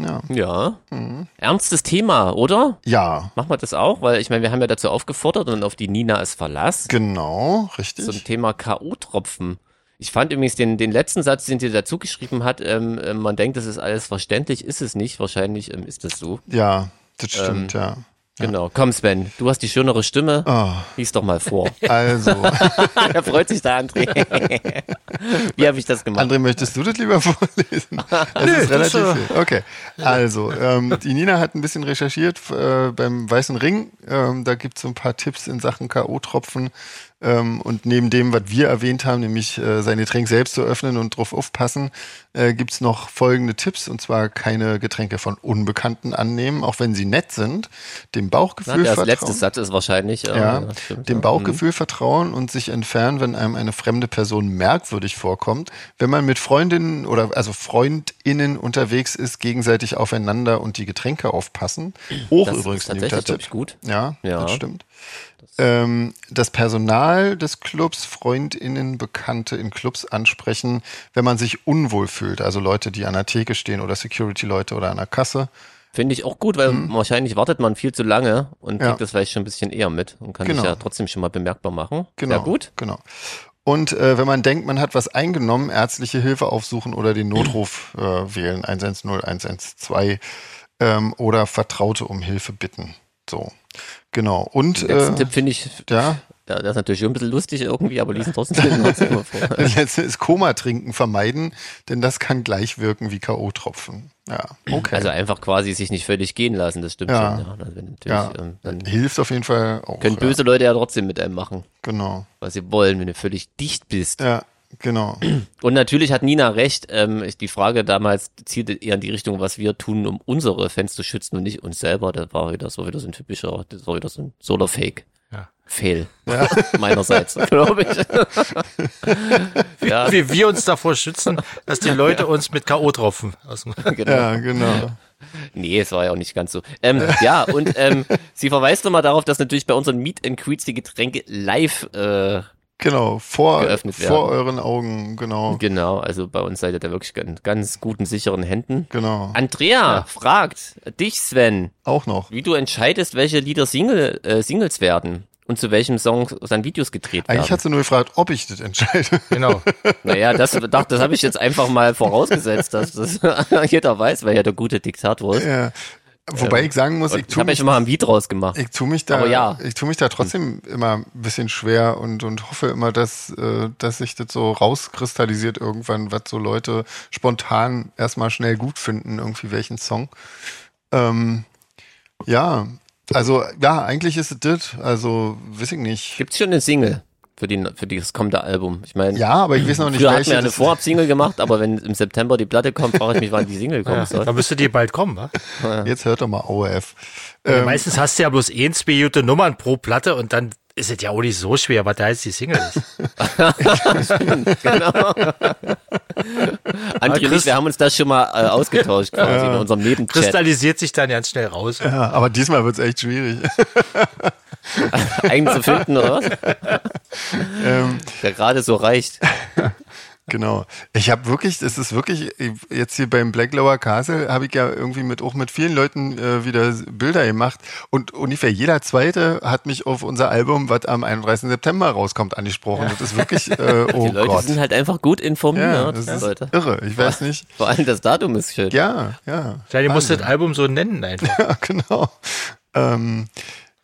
S1: Ja.
S2: Ja.
S1: Mhm.
S2: Ernstes Thema, oder?
S1: Ja,
S2: Machen wir das auch, weil ich meine, wir haben ja dazu aufgefordert und auf die Nina ist Verlass
S1: genau,
S2: zum
S1: richtig.
S2: Thema K.O.-Tropfen. Ich fand übrigens den, den letzten Satz, den sie dazu geschrieben hat, ähm, äh, man denkt, das ist alles verständlich, ist es nicht, wahrscheinlich ähm, ist das so.
S1: Ja, das
S2: Ähm.
S1: stimmt, ja.
S2: Genau. Komm, Sven, du hast die schönere Stimme,
S1: Ah.
S2: lies doch mal vor. <laughs>
S1: Also,
S2: er freut sich da, André.
S1: <laughs>
S2: Wie habe ich das gemacht?
S1: André, möchtest du das lieber <laughs> vorlesen? Das ist
S3: das
S1: relativ
S3: ist,
S2: äh,
S1: viel. Okay. Also, ähm, die Nina hat ein bisschen recherchiert äh, beim Weißen Ring. Ähm, da gibt es so ein paar Tipps in Sachen K.O.-Tropfen. Ähm, und neben dem, was wir erwähnt haben, nämlich äh, sein Getränk selbst zu öffnen und drauf aufpassen, äh, gibt es noch folgende Tipps. Und zwar keine Getränke von Unbekannten annehmen, auch wenn sie nett sind. Dem
S2: Na,
S1: Bauchgefühl
S2: der
S1: vertrauen.
S2: letzte Satz ist wahrscheinlich. äh,
S1: Ja,
S2: stimmt,
S1: dem
S2: ja. Mhm.
S1: Bauchgefühl vertrauen und sich entfernen, wenn einem eine fremde Person merkwürdig vorkommt. Wenn man mit Freundinnen oder also Freundinnen unterwegs ist, gegenseitig aufeinander und die Getränke aufpassen. Auch
S2: Das
S1: übrigens
S2: ist
S1: ein
S2: tatsächlich,
S1: guter
S2: glaube ich,
S1: Tipp.
S2: gut.
S1: Ja,
S2: Ja.
S1: das stimmt. Ähm, das Personal des Clubs, FreundInnen, Bekannte in Clubs ansprechen, wenn man sich unwohl fühlt. Also Leute, die an der Theke stehen oder Security-Leute oder an der Kasse.
S2: Finde ich auch gut, weil wahrscheinlich wartet man viel zu lange und
S1: Ja.
S2: kriegt das vielleicht schon ein bisschen eher mit und kann
S1: Genau.
S2: sich ja trotzdem schon mal bemerkbar machen.
S1: Genau.
S2: Sehr gut.
S1: Genau. Und äh, wenn man denkt, man hat was eingenommen, ärztliche Hilfe aufsuchen oder den Notruf äh, wählen, 110, 112 ähm, oder Vertraute um Hilfe bitten. So. Genau. Und
S2: Den letzten
S1: äh,
S2: Tipp finde ich,
S1: ja, <laughs>
S2: da- das ist natürlich schon ein bisschen lustig irgendwie, aber lesen trotzdem den trotzdem
S1: <laughs>
S2: mal vor.
S1: das letzte ist Koma trinken vermeiden, denn das kann gleich wirken wie K.O.-Tropfen. Ja, okay.
S2: Also einfach quasi sich nicht völlig gehen lassen, das stimmt
S1: Ja.
S2: schon. Ja, dann, wenn
S1: ja,
S2: natürlich, ähm, dann
S1: Also, hilft auf jeden Fall auch.
S2: können
S1: ja.
S2: böse Leute ja trotzdem mit einem machen,
S1: Genau.
S2: was sie wollen, wenn du völlig dicht bist.
S1: Ja, genau.
S2: Und natürlich hat Nina recht, ähm, ist die Frage damals zielte eher in die Richtung, was wir tun, um unsere Fans zu schützen und nicht uns selber. Das war wieder so wieder so ein typischer, das war wieder so ein Solar-Fake.
S3: Ja.
S2: Fail. <laughs> Meinerseits, glaube ich. ja,
S3: Wie wir uns davor schützen, dass die Leute uns mit K.O. tropfen. Also,
S2: genau.
S1: Ja,
S2: <laughs>
S1: genau.
S2: Nee, es war ja auch nicht ganz so. Ähm, ja, und ähm, sie verweist nochmal darauf, dass natürlich bei unseren Meet and Greets die Getränke live, äh,
S1: Genau. Vor,
S2: Geöffnet
S1: vor euren Augen, genau.
S2: genau, also bei uns seid ihr da wirklich in ganz guten, sicheren Händen.
S1: Genau.
S2: Andrea fragt dich, Sven,
S1: Auch noch.
S2: wie du entscheidest, welche Lieder Single, äh, Singles werden und zu welchem Song dann Videos gedreht
S1: Eigentlich
S2: werden.
S1: hat sie nur gefragt, ob ich das entscheide. <laughs>
S3: genau.
S2: Naja, das, das, das habe ich jetzt einfach mal vorausgesetzt, dass das <laughs> jeder weiß, weil ja der gute Diktator ist.
S1: ja. Wobei ich sagen muss, ich
S2: Ich
S1: tue
S2: habe ja
S1: mich,
S2: schon mal ein Lied rausgemacht.
S1: ich tu mich da,
S2: Aber ja. Hm.
S1: ich tu mich da trotzdem immer ein bisschen schwer und, und hoffe immer, dass, äh, dass sich das so rauskristallisiert irgendwann, was so Leute spontan erstmal schnell gut finden, irgendwie welchen Song. Ähm, ja, also ja, eigentlich ist es das. Also, weiß ich nicht.
S2: Gibt's schon eine Single für, die, für das kommende Album? Ich meine,
S1: Ja, aber ich weiß noch nicht,
S2: Früher hat mir eine
S1: das-
S2: Vorab-Single gemacht, aber wenn im September die Platte kommt, frage ich mich, wann die Single kommen soll. <laughs>
S3: Da müsste die bald kommen, wa?
S1: Jetzt hört doch mal AOF.
S3: Ja, Meistens hast du ja bloß ein, zwei gute Nummern pro Platte und dann ist es ja auch nicht so schwer, was da jetzt die Single ist.
S2: Genau.
S1: <laughs>
S2: André und ich,
S3: Christ-
S2: wir haben uns das schon mal äh, ausgetauscht quasi in unserem Nebenchat.
S3: Kristallisiert sich dann ganz schnell raus.
S1: Ja, aber diesmal wird es echt schwierig.
S2: Einen zu finden, oder was?
S1: <laughs> Ähm,
S2: Der gerade so reicht.
S1: Genau. Ich habe wirklich, es ist wirklich, jetzt hier beim Blacklauer Castle habe ich ja irgendwie mit auch mit vielen Leuten äh, wieder Bilder gemacht und ungefähr jeder zweite hat mich auf unser Album, was am 31. September rauskommt, angesprochen. Das ist
S2: <laughs>
S1: wirklich, äh, oh
S2: Die Leute
S1: Gott.
S2: sind halt einfach gut informiert,
S1: Ja, das
S2: die
S1: ist
S2: Leute.
S1: irre. Ich weiß nicht.
S2: Vor allem das Datum ist schön.
S1: Ja, ja.
S3: Vielleicht musst du das Album so nennen einfach.
S1: Ja, <laughs> genau. Ähm,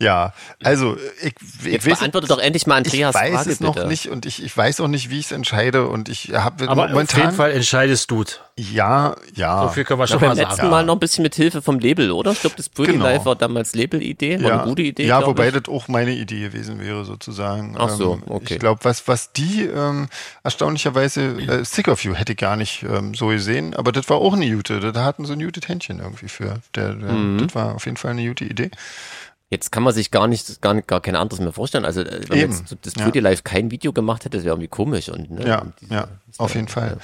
S1: ja, also ich, ich
S2: Jetzt
S1: weiß-
S2: beantworte doch endlich mal
S1: ich
S2: Andreas
S1: weiß
S2: Frage,
S1: es noch
S2: bitte.
S1: nicht und ich, ich weiß auch nicht, wie ich es entscheide und ich habe
S3: Aber auf jeden Fall entscheidest du.
S1: ja, ja.
S3: So viel können wir schon mal
S2: Beim
S3: sagen.
S2: letzten Mal noch ein bisschen mit Hilfe vom Label, oder? Ich glaube, das Pretty
S1: Genau.
S2: Life war damals Label-Idee, war
S1: ja,
S2: eine gute Idee.
S1: Ja,
S2: glaub
S1: wobei
S2: ich.
S1: das auch meine Idee gewesen wäre, sozusagen.
S2: Ach so,
S1: Ähm,
S2: okay.
S1: Ich glaube, was, was die ähm, erstaunlicherweise, äh, Sick of You hätte ich gar nicht ähm, so gesehen, aber das war auch eine Jute. Da- Da hatten sie ein gutes Händchen irgendwie für. Der, der,
S2: Mhm.
S1: Das war auf jeden Fall eine gute Idee.
S2: Jetzt kann man sich gar nicht, gar, nicht- gar kein anderes mehr vorstellen. Also, äh, wenn
S1: Eben,
S2: man jetzt so das
S1: ja.
S2: Pretty Life kein Video gemacht hätte, das wäre irgendwie komisch und, ne?
S1: Ja,
S2: und diese-
S1: ja, auf jeden Fall.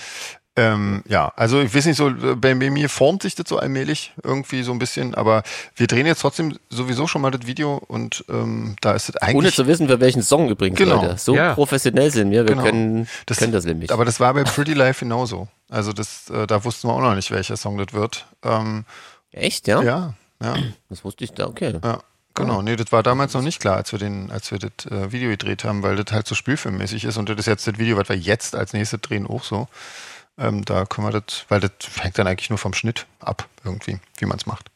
S1: Ähm, ja, also ich weiß nicht so, äh, bei bei mir formt sich das so allmählich irgendwie so ein bisschen, aber wir drehen jetzt trotzdem sowieso schon mal das Video und ähm, da ist es eigentlich.
S2: Ohne zu wissen, für welchen Song übrigens,
S1: Genau.
S2: Leute. So
S3: Ja.
S2: professionell sind wir, wir
S1: Genau.
S2: können,
S1: Das-
S2: können das nämlich.
S1: Aber das war bei Pretty Life genauso. Also das, äh, da wussten wir auch noch nicht, welcher Song das wird. Ähm,
S2: Echt, ja?
S1: ja, ja,
S2: Das wusste ich da, okay.
S1: ja,
S2: Ah.
S1: genau. Nee, das war damals noch nicht klar, als wir den, als wir das äh, Video gedreht haben, weil das halt so spielfilmmäßig ist und das ist jetzt das Video, was wir jetzt als nächstes drehen, auch so. Ähm, da können wir das, weil das hängt dann eigentlich nur vom Schnitt ab, irgendwie, wie man es macht.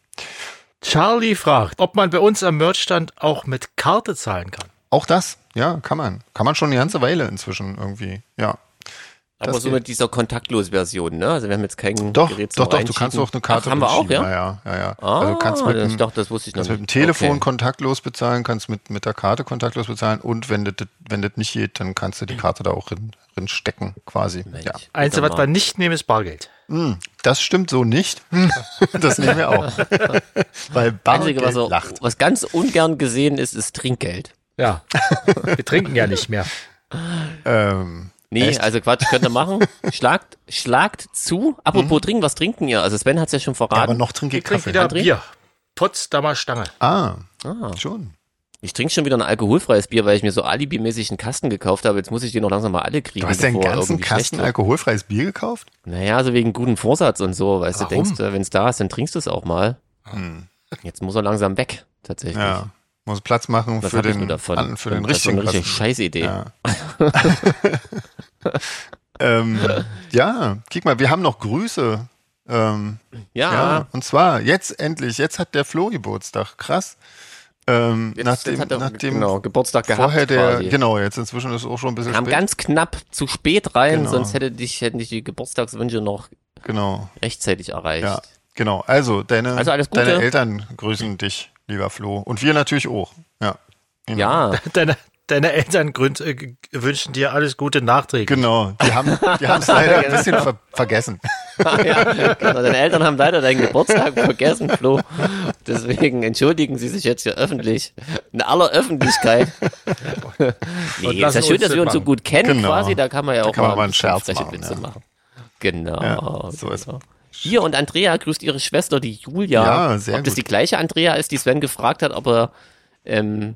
S3: Charlie fragt, ob man bei uns am Merchstand auch mit Karte zahlen kann.
S1: Auch das, ja, kann man. Kann man schon eine ganze Weile inzwischen irgendwie, ja.
S2: Aber
S1: das
S2: so
S1: geht.
S2: mit dieser kontaktlos Version, ne? Also wir haben jetzt kein
S1: Doch,
S2: Gerät zum
S1: doch, doch, du kannst
S2: Reinschieben.
S1: auch eine Karte
S2: Ach, haben wir auch,
S1: rumschieben.
S2: ja?
S1: ja, ja, ja.
S2: Ah,
S1: also du kannst mit
S2: ich
S1: einem,
S2: dachte, das wusste ich noch
S1: kannst
S2: nicht.
S1: mit dem Telefon
S2: okay.
S1: kontaktlos bezahlen, kannst mit, mit der Karte kontaktlos bezahlen und wenn das wenn das nicht geht, dann kannst du die Karte da auch rin, rin stecken, quasi.
S2: Mensch,
S1: Ja.
S3: Einzige,
S2: wieder
S3: was
S2: mal.
S3: wir nicht nehmen, ist Bargeld.
S1: Hm, das stimmt so nicht. Hm, <laughs> das nehmen wir
S2: <laughs>
S1: auch. Weil Bargeld
S2: Einzige, was, auch-
S1: lacht.
S2: was ganz ungern gesehen ist, ist Trinkgeld.
S3: Ja, <laughs> wir trinken ja nicht mehr.
S1: Ähm,
S2: Nee, also Quatsch, könnt
S1: <laughs>
S2: ihr machen. Schlagt, schlagt zu. Apropos trinken, was trinken ihr? Also Sven hat es ja schon verraten.
S1: Mhm. aber noch trinke ich
S3: Ich trinke
S1: Kaffee.
S3: wieder
S2: André?
S3: Bier. Potsdamer Stange.
S1: Ah,
S2: Ah.
S1: schon.
S2: Ich trinke schon wieder ein alkoholfreies Bier, weil ich mir so alibimäßig einen Kasten gekauft habe. Jetzt muss ich den noch langsam mal alle kriegen.
S1: Du hast ja einen
S2: bevor
S1: ganzen
S2: irgendwie schlecht
S1: Kasten
S2: wird.
S1: alkoholfreies Bier gekauft?
S2: Naja, so wegen guten Vorsatz und so, weißt
S3: Warum?
S2: du, denkst du, wenn es da ist, dann trinkst du es auch mal.
S1: Hm.
S2: Jetzt muss er langsam weg, tatsächlich.
S1: Ja. Muss Platz machen
S2: Was
S1: für
S2: hab ich nur
S1: den,
S2: davon?
S1: an, für
S2: das
S1: den
S2: das ist so
S1: richtigen
S2: eine richtige
S1: Platz.
S2: Scheißidee.
S1: Ja. <laughs> ähm, ja, guck mal, wir haben noch Grüße. Ähm, ja.
S2: ja.
S1: und zwar jetzt endlich, jetzt hat der Flo Geburtstag, krass. Ähm,
S2: Jetzt,
S1: nachdem
S2: jetzt hat er
S1: nachdem
S2: genau, Geburtstag gehabt
S1: vorher der,
S2: quasi.
S1: genau, jetzt inzwischen ist es auch schon ein bisschen
S2: Kam
S1: spät.
S2: ganz knapp zu spät rein,
S1: Genau.
S2: sonst hätte dich, hätten dich die Geburtstagswünsche noch
S1: genau,
S2: rechtzeitig erreicht.
S1: ja, genau. Also deine,
S2: Also alles Gute.
S1: deine Eltern grüßen dich, lieber Flo. Und wir natürlich auch, ja. Genau.
S2: Ja,
S3: Deine, deine Eltern gründ, äh, g- wünschen dir alles Gute nachträglich.
S1: Genau, die haben die
S2: <laughs>
S1: es leider ein bisschen ver vergessen.
S2: ja. Genau, deine Eltern haben leider deinen Geburtstag vergessen, Flo. Deswegen entschuldigen sie sich jetzt hier öffentlich, in aller
S1: <laughs>
S2: Öffentlichkeit.
S3: Und
S2: nee, ist ja
S3: lassen
S2: schön,
S3: uns
S2: dass wir uns
S3: das
S2: so
S3: machen.
S2: gut kennen
S1: Genau.
S2: quasi, da kann man ja auch
S1: kann man mal einen
S2: bisschen
S1: Scherz
S2: freche
S1: machen,
S2: Witze
S1: ja.
S2: machen. Genau.
S1: Ja, so ist
S2: genau. Hier und Andrea grüßt ihre Schwester, die Julia.
S1: Ja, sehr
S2: ob das
S1: gut.
S2: die gleiche Andrea ist, die Sven gefragt hat, ob er ähm,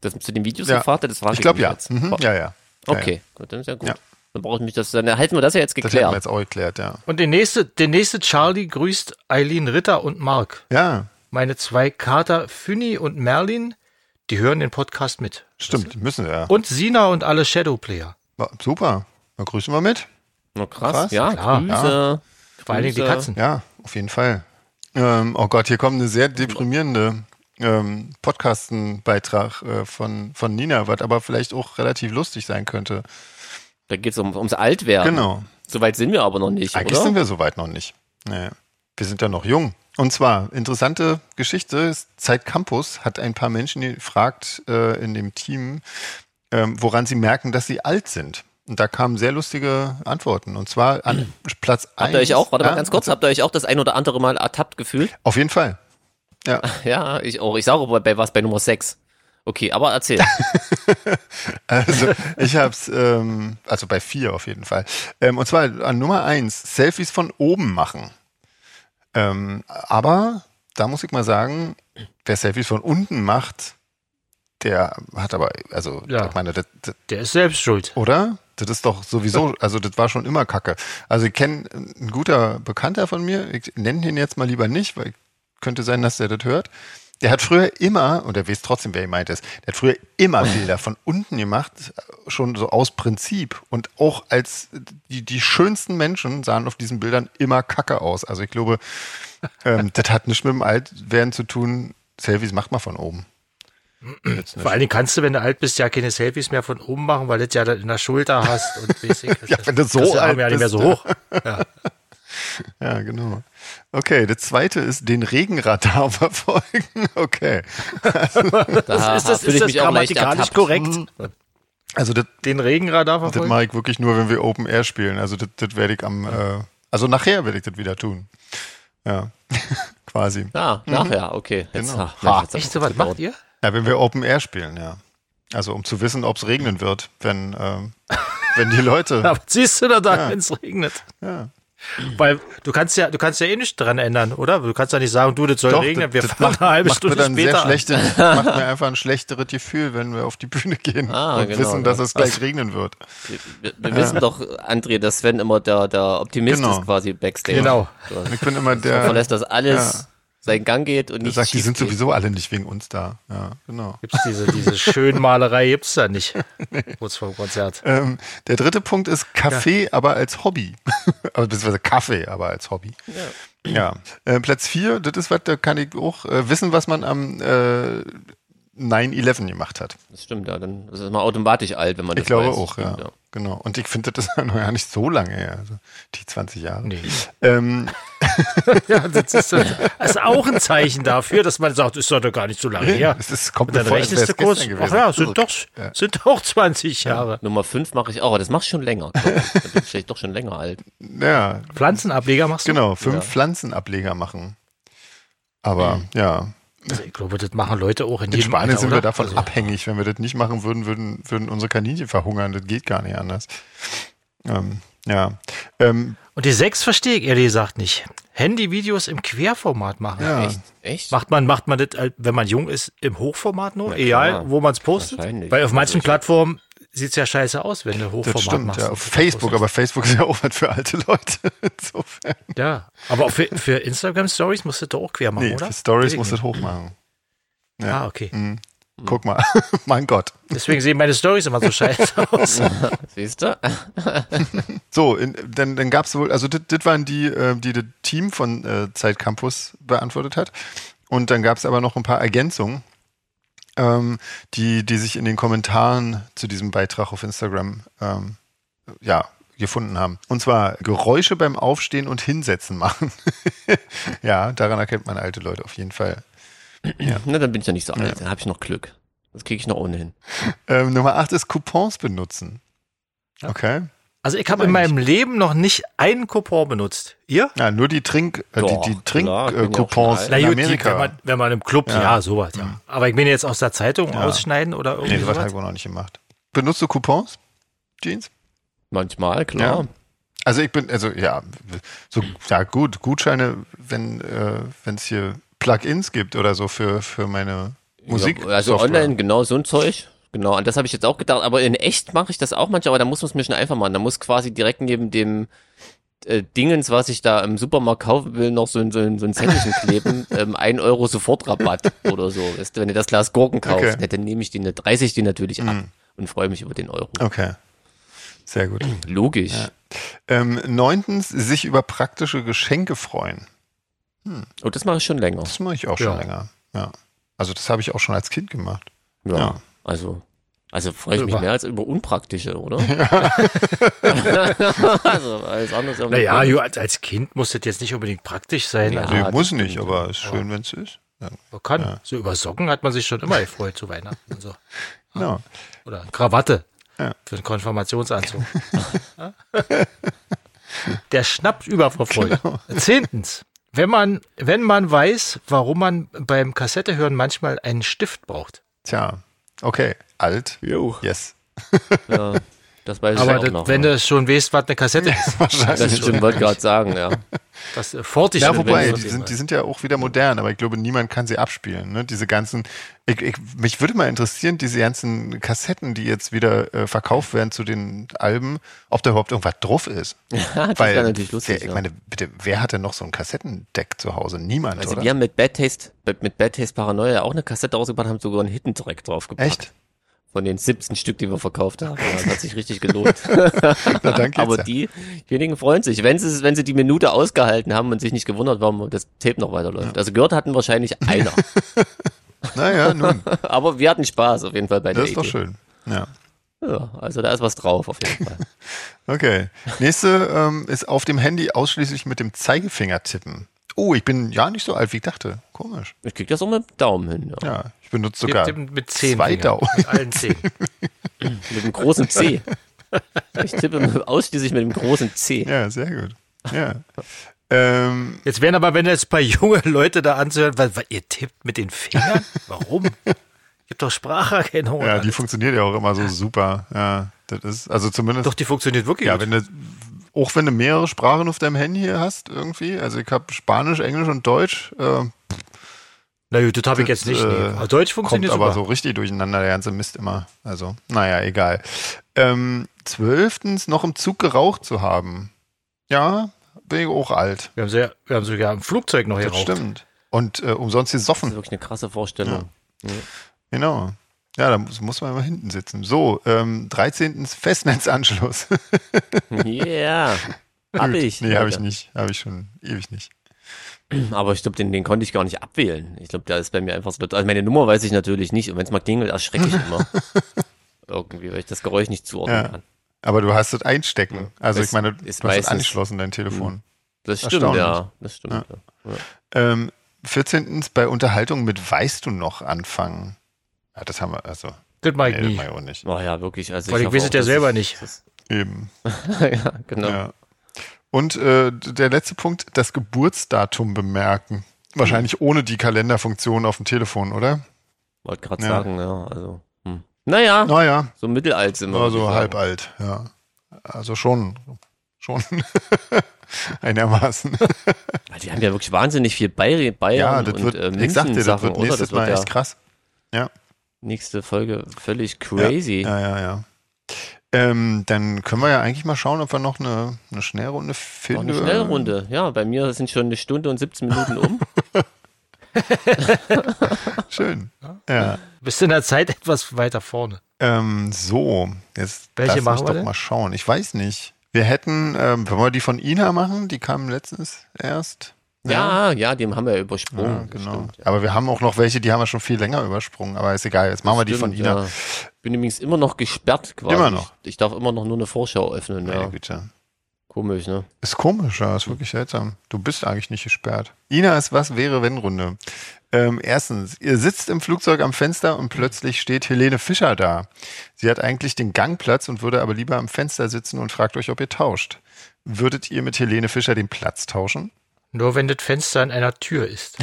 S2: das zu den Videos
S1: Ja.
S2: gefragt hat, das frage
S1: Ich glaube
S2: mich
S1: ja.
S2: jetzt. Oh,
S1: Mhm. ja, ja.
S2: Okay,
S1: Ja, ja.
S2: Gut, dann ist ja gut.
S1: Ja.
S2: Dann brauche ich mich das, dann halten wir das ja jetzt
S1: Das hätten wir
S2: geklärt.
S1: jetzt auch geklärt, ja.
S3: Und der nächste, der nächste Charlie grüßt Eileen Ritter und Mark.
S1: Ja,
S3: Meine zwei Kater Füni und Merlin, die hören den Podcast mit.
S1: stimmt, müssen wir ja.
S2: Oh.
S3: Und Sina und alle Shadowplayer.
S1: Wa- Super. Dann grüßen wir mit.
S2: Na, krass,
S1: Krass,
S2: ja,
S3: klar,
S2: Grüße.
S3: Vor allen Dingen die
S2: Grüße.
S3: Katzen.
S1: Ja, auf jeden Fall. Ähm, oh Gott, hier kommt eine sehr deprimierende ähm, Podcasten-Beitrag äh, von, von Nina, was aber vielleicht auch relativ lustig sein könnte.
S2: Da geht es um, ums Altwerden.
S1: Genau.
S2: Soweit sind wir aber noch nicht,
S1: Eigentlich
S2: oder?
S1: sind wir soweit noch nicht. Nee. Wir sind ja noch jung. Und zwar, interessante Geschichte, Zeit Campus hat ein paar Menschen gefragt äh, in dem Team, ähm, woran sie merken, dass sie alt sind. Und da kamen sehr lustige Antworten. Und zwar
S2: <clears throat>
S1: an Platz 1.
S2: habt ihr euch auch, warte mal ganz kurz, habt ihr euch auch das ein oder andere Mal ertappt gefühlt?
S1: Auf jeden Fall. <laughs> Ja.
S2: Ja, ich auch. Ich sage aber bei was, bei Nummer 6. Okay, aber erzähl.
S1: Also ich hab's, ähm, also bei vier auf jeden Fall. Ähm, und zwar an Nummer eins, Selfies von oben machen. Ähm, aber da muss ich mal sagen, wer Selfies von unten macht, der hat aber, also
S3: Ja.
S1: ich meine, das, das,
S3: Der ist selbst schuld.
S1: oder? Das ist doch sowieso, also das war schon immer Kacke. Also ich kenne ein guter Bekannter von mir, ich nenne ihn jetzt mal lieber nicht, weil könnte sein, dass der das hört. Der hat früher immer, und er weiß trotzdem, wer gemeint ist, der hat früher immer Bilder von unten gemacht, schon so aus Prinzip. Und auch als die, die schönsten Menschen sahen auf diesen Bildern immer Kacke aus. Also ich glaube, ähm, das hat nichts mit dem Altwerden zu tun. Selfies macht man von oben.
S3: Vor allen Dingen kannst du, wenn du alt bist, ja keine Selfies mehr von oben machen, weil du das ja dann in der Schulter hast
S1: <laughs>
S3: und weiß ich,
S1: Ja, wenn du so
S3: das ist ja
S1: alt
S3: ja nicht mehr
S1: bist,
S3: so hoch.
S1: Ja, genau. Okay, der zweite ist den Regenradar <laughs> verfolgen. Okay.
S2: Da
S3: ist das,
S2: fühle
S3: ist
S2: ich
S3: das
S2: mich auch leicht
S3: grammatikalisch
S2: ertappt. Hm.
S3: korrekt?
S1: Also das,
S3: Den Regenradar
S1: das
S3: verfolgen?
S1: mache ich wirklich nur, wenn wir Open Air spielen. Also das, das werde ich am, äh, also nachher werde ich das wieder tun. Ja, <laughs> quasi.
S2: Ja, Ah, nachher, okay. Jetzt,
S1: Genau.
S2: ah, Mensch, jetzt
S3: Echt,
S2: hat's
S3: so, was
S2: gedauert.
S3: macht ihr?
S1: Ja, wenn wir Open Air spielen, ja. Also um zu wissen, ob es regnen wird, wenn, ähm, wenn die
S3: <laughs>
S1: Leute.
S3: Aber siehst du da, da wenn es regnet?
S1: Ja.
S3: Weil du kannst ja, du kannst ja eh nichts dran ändern, oder? Du kannst ja nicht sagen, du, das soll regnen, wir fahren
S1: macht,
S3: eine halbe
S1: macht mir
S3: Stunde
S1: dann
S3: später.
S1: sehr
S3: an. <laughs>
S1: schlechte, macht mir einfach ein schlechteres Gefühl, wenn wir auf die Bühne gehen
S2: Ah,
S1: und
S2: genau,
S1: wissen, dass
S2: genau.
S1: es gleich regnen wird.
S2: Wir, wir wissen doch, André, dass Sven immer der, der Optimist
S1: Genau.
S2: ist quasi backstage.
S3: Genau.
S2: So,
S1: Ich bin immer
S2: Er
S1: der,
S2: verlässt, dass alles seinen Gang geht und
S1: der
S2: nicht
S1: sagt, die
S2: schief
S1: sind
S2: geht.
S1: sowieso alle nicht wegen uns da. Ja, genau.
S3: Gibt's diese, diese Schönmalerei gibt's da nicht. <laughs> Kurz vor dem Konzert.
S1: Ähm, der dritte Punkt ist Kaffee, aber als Hobby. <laughs> also, beziehungsweise Kaffee, aber als Hobby. Ja. Äh, Platz vier, das ist was, da kann ich auch äh, wissen, was man am äh, 9-11 gemacht hat.
S2: Das stimmt, ja. Dann ist man automatisch alt, wenn man das
S1: Ich glaube
S2: weiß.
S1: auch, ja.
S2: Stimmt,
S1: Genau. Und ich finde, das ist <laughs> noch gar nicht so lange her. Also die 20 Jahre.
S3: Nee.
S1: Ähm,
S3: Ja, das ist, das ist auch ein Zeichen dafür, dass man sagt, ist doch doch gar nicht so lange her.
S1: es ist, kommt
S3: Und dann
S1: mir vor, als
S3: rechnest du
S1: wär's
S3: kurz,
S1: gestern
S3: ach
S1: gewesen.
S3: ja, sind doch, sind doch 20 Jahre.
S2: Nummer 5 mache ich auch, aber das machst du schon länger. Glaub ich. Dann bin ich vielleicht doch schon länger alt.
S1: Ja,
S3: Pflanzenableger machst du?
S1: genau. Fünf
S2: Ja.
S1: Pflanzenableger machen. Aber ja,
S3: Also ich glaube, das machen Leute auch in,
S1: In
S3: jedem
S1: Spanien
S3: Alter,
S1: sind wir
S3: oder?
S1: davon
S3: Also,
S1: abhängig. Wenn wir das nicht machen würden, würden, würden unsere Kaninchen verhungern. Das geht gar nicht anders. Ähm, ja. Ähm,
S3: Und die sechs verstehe ich ehrlich gesagt nicht. Handyvideos im Querformat machen.
S1: ja.
S2: Echt? Echt?
S3: Macht man, macht man das, äh, wenn man jung ist, im Hochformat nur? Egal, wo man es postet?
S2: Wahrscheinlich.
S3: Weil auf manchen Plattformen sieht's ja scheiße aus, wenn du Hochformat
S1: Das stimmt,
S3: machst.
S1: ja.
S3: und
S1: Auf
S3: so
S1: Facebook,
S3: groß
S1: aber Facebook ist ja auch was für alte Leute. <laughs> Insofern.
S3: ist. Ja, aber auch für, für Instagram Stories musst du doch auch quer machen,
S1: Nee,
S3: oder?
S1: für Stories
S3: Deswegen.
S1: musst du das hochmachen.
S3: Ah, okay.
S1: Mhm. Guck mal. <laughs> mein Gott.
S3: Deswegen sehen meine Stories immer so scheiße aus.
S2: Siehst du?
S1: So, in, dann, dann gab es wohl, also das waren die, äh, die das Team von äh, Zeit Campus beantwortet hat. Und dann gab es aber noch ein paar Ergänzungen, ähm, die, die sich in den Kommentaren zu diesem Beitrag auf Instagram ähm, ja, gefunden haben. Und zwar Geräusche beim Aufstehen und Hinsetzen machen. <laughs> ja, daran erkennt man alte Leute auf jeden Fall.
S2: <laughs> Na, Ne, dann bin ich ja nicht so alt. Dann habe ich noch Glück. Das kriege ich noch ohnehin.
S1: Ähm, Nummer 8 ist Coupons benutzen.
S3: Ja.
S1: Okay.
S3: Also ich habe in meinem Leben noch nicht einen Coupon benutzt. Ihr?
S1: Ja, nur die Trink, äh,
S2: Doch,
S1: die, die
S2: klar, ich bin ja auch schon
S1: Trink-Coupons
S2: alt.
S1: in
S3: die- wenn,
S1: Amerika. Mhm.
S3: man, wenn man im Club, ja, sowas, ja. Aber ich bin jetzt aus der Zeitung ausschneiden oder irgendwie
S1: Nee, das hat
S3: sowas.
S1: Heiko noch nicht gemacht. Benutzt du Coupons? Jeans?
S2: Manchmal, klar.
S1: Ja. Also ich bin, also ja, so, ja gut, Gutscheine, wenn äh, es hier Plugins gibt oder so für, für meine Musik.
S2: Ja, also
S1: Software.
S2: online, genau, so ein Zeug. Genau, an das habe ich jetzt auch gedacht. Aber in echt mache ich das auch manchmal, aber da muss man es mir schon einfach machen. Da muss quasi direkt neben dem äh, Dingens, was ich da im Supermarkt kaufen will, noch so ein, so ein, so
S1: <laughs>
S2: ein Zettelchen kleben. ähm, 1 Euro Sofortrabatt oder so. Weißt du, wenn ihr das Glas Gurken kauft,
S1: Okay. Mhm.
S2: ja, dann nehme ich den, 30 den natürlich ab und freue mich über den Euro.
S1: Hm, Okay. Sehr gut.
S2: Logisch.
S1: Ähm, neuntens, sich über praktische Geschenke freuen.
S2: Und das mache ich schon länger.
S1: Das mache ich auch schon
S3: Ja.
S1: länger. Ja. Also das habe ich auch schon als Kind gemacht.
S2: Ja.
S1: Ja.
S2: Also, also freue ich mich
S3: Über-
S2: mehr als über unpraktische, oder? <laughs> also, alles andere ist ja
S3: Naja, jo, als, als Kind muss das jetzt nicht unbedingt praktisch sein.
S2: Ja.
S3: Also,
S1: Nee,
S2: das
S1: muss nicht, aber ist schön, wenn es ist. Ja.
S3: man kann. So über Socken hat man sich schon immer gefreut zu Weihnachten. Und so.
S1: Genau.
S3: Oder Krawatte
S1: Ja.
S3: für einen Konfirmationsanzug. <laughs> Der schnappt über vor Freude.
S1: Genau.
S3: Zehntens. Wenn man, wenn man weiß, warum man beim Kassette hören manchmal einen Stift braucht.
S1: Tja, okay. Alt.
S2: Jo.
S1: Yes. <laughs>
S2: Ja, das weiß ich
S3: Aber
S2: auch
S3: das,
S2: noch.
S3: wenn
S2: ja.
S3: du schon weißt, was eine Kassette ist,
S2: das stimmt, wollte gerade sagen, ja.
S3: das Forti
S1: Ja, wobei, die sind, die sind ja auch wieder modern, aber ich glaube, niemand kann sie abspielen. Ne? Diese ganzen, ich, ich, mich würde mal interessieren, diese ganzen Kassetten, die jetzt wieder äh, verkauft werden zu den Alben, ob da überhaupt irgendwas drauf
S2: <laughs>
S1: ist.
S2: das wäre natürlich lustig.
S1: wer, ich
S2: ja.
S1: meine, bitte, wer hat denn noch so ein Kassettendeck zu Hause? Niemand,
S2: also
S1: oder?
S2: wir haben mit Bad Taste, mit, mit Bad Taste Paranoia auch eine Kassette rausgebracht, haben sogar einen Hidden Track draufgepackt.
S1: Echt?
S2: Von den 17 Stück, die wir verkauft haben. Ja, das hat sich richtig gelohnt. <laughs>
S1: Na, dann geht's
S2: Aber
S1: ja.
S2: die- diejenigen freuen sich, wenn sie, wenn sie die Minute ausgehalten haben und sich nicht gewundert, warum das Tape noch weiterläuft. Also gehört hatten wahrscheinlich einer.
S1: Naja, nun,
S2: <laughs> Aber wir hatten Spaß auf jeden Fall bei der
S1: das ist doch
S2: Idee.
S1: schön. Ja.
S2: Ja, also da ist was drauf auf jeden Fall.
S1: Okay. Nächste ähm, ist auf dem Handy ausschließlich mit dem Zeigefinger tippen. Oh, ich bin ja nicht so alt, wie ich dachte. Komisch.
S2: Ich krieg das auch mit dem Daumen hin. Ja.
S1: Ja, ich benutze sogar
S3: mit zehn
S1: zwei
S3: Fingern,
S1: Daumen.
S3: mit allen zehn.
S2: Mit dem großen C. Ich tippe mit- ausschließlich mit dem großen C.
S1: Ja, sehr gut. Ja. ähm,
S3: Jetzt wären aber, wenn jetzt ein paar junge Leute da anzuhören, weil, weil ihr tippt mit den Fingern? Warum? Gibt doch Spracherkennung. und
S1: ja, die
S3: alles.
S1: funktioniert ja auch immer so super. Ja, das ist, also zumindest,
S3: doch, die funktioniert wirklich.
S1: ja,
S3: gut.
S1: wenn du, auch wenn du mehrere Sprachen auf deinem Handy hast, irgendwie, also ich habe Spanisch, Englisch und Deutsch, äh,
S3: Na gut, das habe ich
S1: das,
S3: jetzt nicht. Nee.
S1: äh,
S3: Aber Deutsch
S1: kommt
S3: funktioniert
S1: aber
S3: super.
S1: so richtig durcheinander, der ganze Mist immer. Also, naja, egal. Ähm, zwölftens, noch im Zug geraucht zu haben. Ja, bin ich auch alt.
S3: Wir haben, sie ja, wir haben sogar im Flugzeug noch
S1: Das
S3: geraucht.
S1: stimmt. Und äh, umsonst
S2: Das ist
S3: Also
S1: gesoffen.
S2: wirklich eine krasse Vorstellung.
S1: Genau. Ja, da muss, muss man immer hinten sitzen. So, ähm, 13. Festnetzanschluss.
S2: <laughs> Ja. Hab
S1: Gut.
S2: ich.
S1: Nee, habe ich
S2: Alter.
S1: nicht. Habe ich schon ewig nicht.
S2: Aber ich glaube, den, den konnte ich gar nicht abwählen. Ich glaube, da ist bei mir einfach so. Also meine Nummer weiß ich natürlich nicht. Und wenn es mal klingelt, erschrecke ich immer. Irgendwie, weil ich das Geräusch nicht zuordnen
S1: Ja.
S2: kann.
S1: Aber du hast es einstecken. Also
S2: Ist-
S1: ich meine,
S2: ist
S1: du hast es
S2: meistens-
S1: angeschlossen, dein Telefon.
S2: Das stimmt,
S1: Erstaunlich.
S2: ja. Das stimmt. Ja. Ja.
S1: Ähm, 14. bei Unterhaltung mit Weißt du noch anfangen. Ja, das haben wir, also,
S3: Das mag
S1: nee,
S3: ich
S1: das
S3: nie.
S1: mach ich auch nicht.
S2: Oh ja, wirklich. Also
S3: Weil ich
S2: hoffe
S3: weiß
S2: auch,
S3: es ja
S2: dass
S3: selber
S2: ich-
S3: nicht.
S2: das-
S1: Eben.
S2: <laughs> ja, genau.
S1: Ja. Und äh, d- der letzte Punkt, das Geburtsdatum bemerken. Wahrscheinlich ohne die Kalenderfunktion auf dem Telefon, oder?
S2: Wollte gerade
S1: Ja.
S2: sagen, ja. Also. Hm. Naja,
S1: Naja,
S2: so mittelalt sind wir.
S1: also
S2: würd ich
S1: halb
S2: sagen.
S1: alt, ja. Also schon, schon <laughs> einigermaßen.
S2: Weil Die haben ja wirklich wahnsinnig viel Bayer- Bayern
S1: Ja, das
S2: und
S1: wird,
S2: äh,
S1: ich sag
S2: München
S1: dir, das
S2: Sachen,
S1: wird
S2: oder?
S1: nächstes
S2: Das
S1: Mal
S2: wird ja
S1: echt krass.
S2: nächste Folge völlig crazy.
S1: Ja, ja, ja. Ähm, dann können wir ja eigentlich mal schauen, ob wir noch eine, eine Schnellrunde finden.
S2: Eine Schnellrunde, ja. Bei mir sind schon eine Stunde und 17
S1: <laughs>
S2: Minuten um.
S1: Schön. Ja.
S3: Bist in der Zeit etwas weiter vorne.
S1: Ähm, so, jetzt
S3: Welche
S1: lass
S3: machen
S1: mich
S3: wir
S1: doch
S3: denn?
S1: mal schauen. Ich weiß nicht. Wir hätten, ähm, wenn wir die von Ina machen, die kamen letztens erst.
S2: ja, ja, dem haben wir
S1: Ja,
S2: übersprungen.
S1: genau.
S2: Oh, Stimmt, ja.
S1: Aber wir haben auch noch welche, die haben wir schon viel länger übersprungen, aber ist egal, jetzt machen wir die von
S2: Stimmt,
S1: Ina.
S2: Ja. Bin übrigens immer noch gesperrt quasi.
S1: Immer noch.
S2: Ich, ich darf immer noch nur eine Vorschau öffnen.
S1: Meine
S2: Ja.
S1: Güte.
S2: Komisch, ne?
S1: Ist komisch, ja, ist wirklich seltsam. Du bist eigentlich nicht gesperrt. Ina ist was wäre wenn Runde. Ähm, erstens, ihr sitzt im Flugzeug am Fenster und plötzlich steht Helene Fischer da. Sie hat eigentlich den Gangplatz und würde aber lieber am Fenster sitzen und fragt euch, ob ihr tauscht. Würdet ihr mit Helene Fischer den Platz tauschen?
S3: Nur wenn das Fenster an einer Tür ist.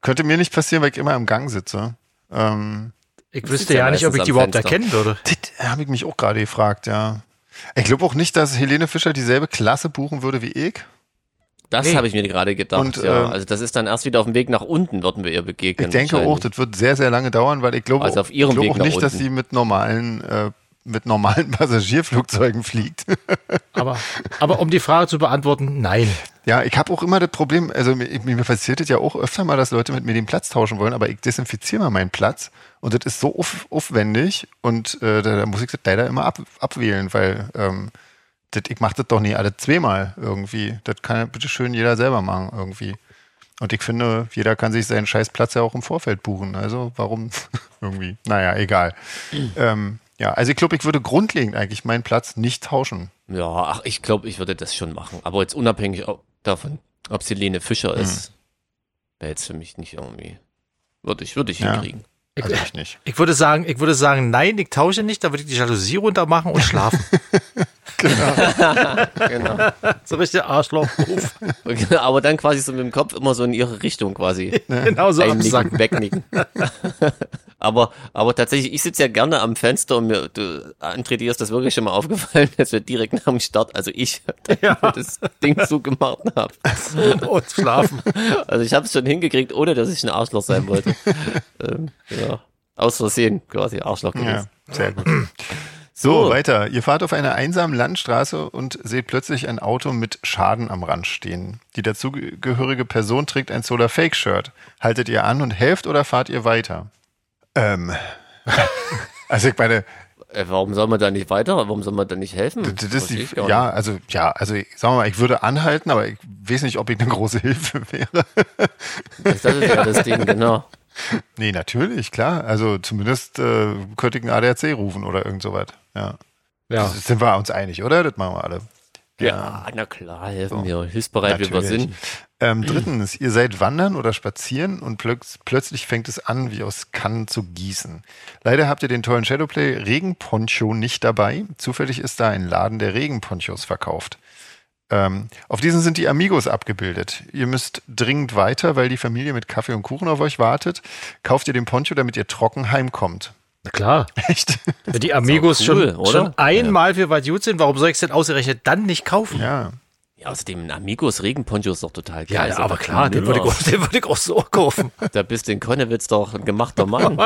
S1: Könnte mir nicht passieren, weil ich immer im Gang sitze. Ähm, <laughs>
S3: Ich
S2: sitzt
S3: wüsste
S2: ja
S3: ja nicht, ob
S2: meistens
S3: ich die
S2: am
S3: überhaupt
S2: Fenster.
S3: erkennen würde.
S1: Das habe ich mich auch gerade gefragt, ja. Ich glaube auch nicht, dass Helene Fischer dieselbe Klasse buchen würde wie ich.
S2: Das
S3: Nee.
S2: habe ich mir gerade gedacht.
S1: Und,
S2: ja.
S1: äh,
S2: Also das ist dann erst wieder auf dem Weg nach unten, würden wir ihr
S1: Ich
S2: begegnen.
S1: denke auch,
S2: wahrscheinlich.
S1: das wird sehr, sehr lange dauern, weil ich glaube
S2: Also auf
S1: auch-
S2: ihrem
S1: ich glaube
S2: Weg
S1: auch
S2: nach
S1: nicht, dass
S2: unten.
S1: sie mit normalen, äh, mit normalen <laughs> Passagierflugzeugen fliegt.
S3: Aber, aber um die Frage zu beantworten, nein.
S1: Ja, ich habe auch immer das Problem, also mir, mir passiert das ja auch öfter mal, dass Leute mit mir den Platz tauschen wollen, aber ich desinfiziere mal meinen Platz und das ist so auf, aufwendig und äh, da, da muss ich das leider immer ab, abwählen, weil ähm, das, ich mache das doch nie alle zweimal irgendwie. Das kann ja bitte schön jeder selber machen irgendwie. Und ich finde, jeder kann sich seinen scheiß Platz ja auch im Vorfeld buchen. Also warum <laughs> irgendwie? Naja, egal. ähm, ja, also ich glaube, ich würde grundlegend eigentlich meinen Platz nicht tauschen.
S2: Ja, ach, ich glaube, ich würde das schon machen. Aber jetzt unabhängig au- davon, ob sie Lene Fischer ist, wäre jetzt für mich nicht irgendwie. Würde ich, würde ich
S1: Ja.
S2: hinkriegen.
S3: Ich,
S1: Also ich nicht.
S3: ich, würde sagen, ich würde sagen, nein, ich tausche nicht, da würde ich die Jalousie runter machen und schlafen.
S2: Genau.
S3: so richtig Arschlochhof.
S2: <laughs> Aber dann quasi so mit dem Kopf immer so in ihre Richtung quasi.
S3: genau so
S2: Einnicken,
S3: absagen.
S2: wegnicken. <laughs> aber, aber tatsächlich, ich sitze ja gerne am Fenster und mir, du, André, dir ist das wirklich schon mal aufgefallen, <laughs> dass wir direkt nach dem Start, also ich, <laughs> das Ding zugemacht habe.
S3: und schlafen.
S2: <laughs> Also ich habe es schon hingekriegt, ohne dass ich ein Arschloch
S1: <laughs>
S2: sein wollte. ähm, ja. Aus Versehen quasi Arschloch
S1: Ja,
S2: gewesen.
S1: sehr <clears throat> gut. So,
S2: So.
S1: weiter. Ihr fahrt auf einer einsamen Landstraße und seht plötzlich ein Auto mit Schaden am Rand stehen. Die dazugehörige Person trägt ein Solar Fake Shirt. Haltet ihr an und helft oder fahrt ihr weiter? Ähm. <laughs> Also ich meine,
S2: Äh, warum soll man da nicht weiter? Warum soll man da nicht helfen?
S1: das ist
S2: Versteh
S1: die,
S2: ich gar
S1: ja, also ja, also ich- sagen wir mal, ich würde anhalten, aber ich weiß nicht, ob ich eine große <laughs> Hilfe wäre.
S2: nicht. Das ist ja das
S1: <laughs>
S2: Ding, genau.
S1: Nee, natürlich, klar. Also zumindest äh, könnte ich einen ADAC rufen oder irgend sowas. Ja.
S3: Ja.
S1: Das sind wir uns einig, oder? Das machen wir alle.
S2: Ja, na klar, helfen wir. Hilfsbereit wie wir
S1: Natürlich.
S2: sind.
S1: Ähm, drittens, ihr seid wandern oder spazieren und plötz- plötzlich fängt es an, wie aus Kannen zu gießen. Leider habt ihr den tollen Shadowplay Regenponcho nicht dabei. Zufällig ist da ein Laden, der Regenponchos verkauft. Ähm, auf diesen sind die Amigos abgebildet. Ihr müsst dringend weiter, weil die Familie mit Kaffee und Kuchen auf euch wartet. Kauft ihr den Poncho, damit ihr trocken heimkommt. <laughs>
S3: Na klar.
S1: Echt?
S3: Wenn die Amigos
S2: Ist auch cool,
S3: schon,
S2: oder?
S3: schon einmal für was gut sind, warum soll ich es denn ausgerechnet dann nicht kaufen?
S1: Ja.
S2: Ja, außerdem ein Amigos Regenponcho ist doch total geil. Ist doch der genau.
S3: den
S2: Knüller.
S3: würde, ich auch, den würde ich auch so kaufen.
S2: Da bist du in Konnewitz doch ein
S1: <laughs>
S2: gemachter Mann.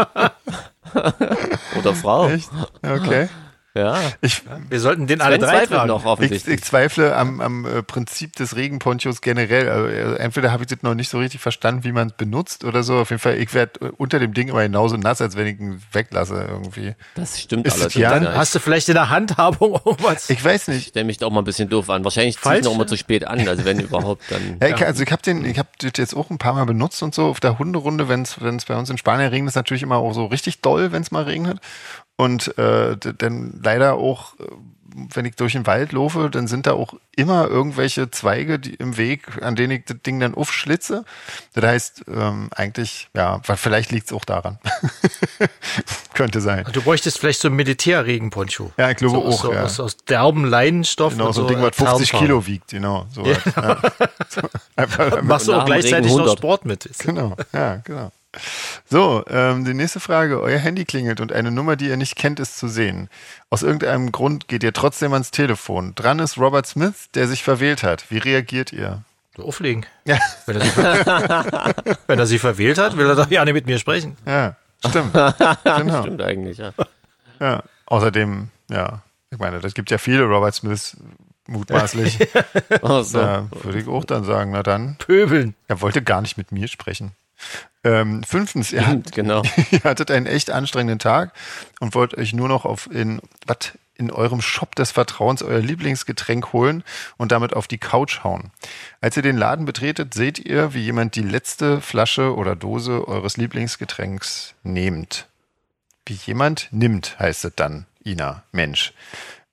S2: Oder Frau.
S1: Echt? Okay.
S2: Ja.
S1: Ich,
S3: Wir sollten den alle
S2: Sven
S3: drei
S2: zweifelt
S3: tragen.
S2: noch
S1: Ich,
S2: offensichtlich.
S1: ich zweifle am, am äh, Prinzip des Regenponchos generell. Also, äh, entweder habe ich das noch nicht so richtig verstanden, wie man es benutzt oder so. Auf jeden Fall, ich werde unter dem Ding immer genauso nass, als wenn ich ihn weglasse irgendwie.
S2: Das stimmt
S1: Ist es
S2: allerdings.
S1: ja?
S2: ja.
S1: Dann
S2: ich
S3: Hast du vielleicht in der Handhabung <laughs> irgendwas?
S1: Ich weiß nicht.
S2: stelle mich da auch mal ein bisschen doof an. Wahrscheinlich ziehe ich
S3: Falsch?
S2: noch mal zu spät an. Also wenn überhaupt, dann.
S1: Ja, ich, also ich habe den, ich habe das jetzt auch ein paar Mal benutzt und so auf der Hunderunde, wenn es wenn es bei uns in Spanien regnet, ist natürlich immer auch so richtig doll, wenn es mal regnet. Und äh, d- dann leider auch, äh, wenn ich durch den Wald laufe, dann sind da auch immer irgendwelche Zweige die, im Weg, an denen ich das Ding dann aufschlitze. Das heißt ähm, eigentlich, ja, wa- vielleicht liegt es auch daran. <laughs> Könnte sein.
S3: Du bräuchtest vielleicht so einen Militärregenponcho.
S1: Ja, ich glaube
S3: so,
S1: auch,
S3: Aus, so-
S1: ja.
S3: aus, aus derben Leinenstoff.
S1: Genau,
S3: und
S1: so ein Ding,
S3: äh,
S1: was 50
S3: Tarnfarbe.
S1: Kilo wiegt, genau. So, was, ja. <laughs> so einfach, damit-
S3: Machst du
S2: Und nach
S3: auch
S2: dem Regen
S3: gleichzeitig noch
S2: 100.
S3: Sport mit.
S1: <laughs> Genau, ja, genau. So, ähm, die nächste Frage. Euer Handy klingelt und eine Nummer, die ihr nicht kennt, ist zu sehen. Aus irgendeinem Grund geht ihr trotzdem ans Telefon. Dran ist Robert Smith, der sich verwählt hat. Wie reagiert ihr?
S3: So Auflegen.
S1: Ja,
S3: Wenn er, sie ver- <laughs> Wenn er sie verwählt hat, will er doch ja nicht mit mir sprechen.
S1: <laughs> ja stimmt. Genau.
S2: Stimmt eigentlich, ja.
S1: Ja. Außerdem Ja, ich meine, das gibt ja viele Robert Smiths <laughs> mutmaßlich.
S2: Oh, so.
S1: ja, würde ich auch dann sagen, na dann.
S3: Pöbeln.
S1: Er wollte gar nicht mit mir sprechen. Ähm, fünftens, ihr,
S2: Stimmt,
S1: hat,
S2: genau. <laughs>
S1: ihr hattet einen echt anstrengenden Tag und wollt euch nur noch auf in, was in eurem Shop des Vertrauens euer Lieblingsgetränk holen und damit auf die Couch hauen. Als ihr den Laden betretet, seht ihr, wie jemand die letzte Flasche oder Dose eures Lieblingsgetränks nehmt. Wie jemand nimmt, heißt es dann, Ina, Mensch.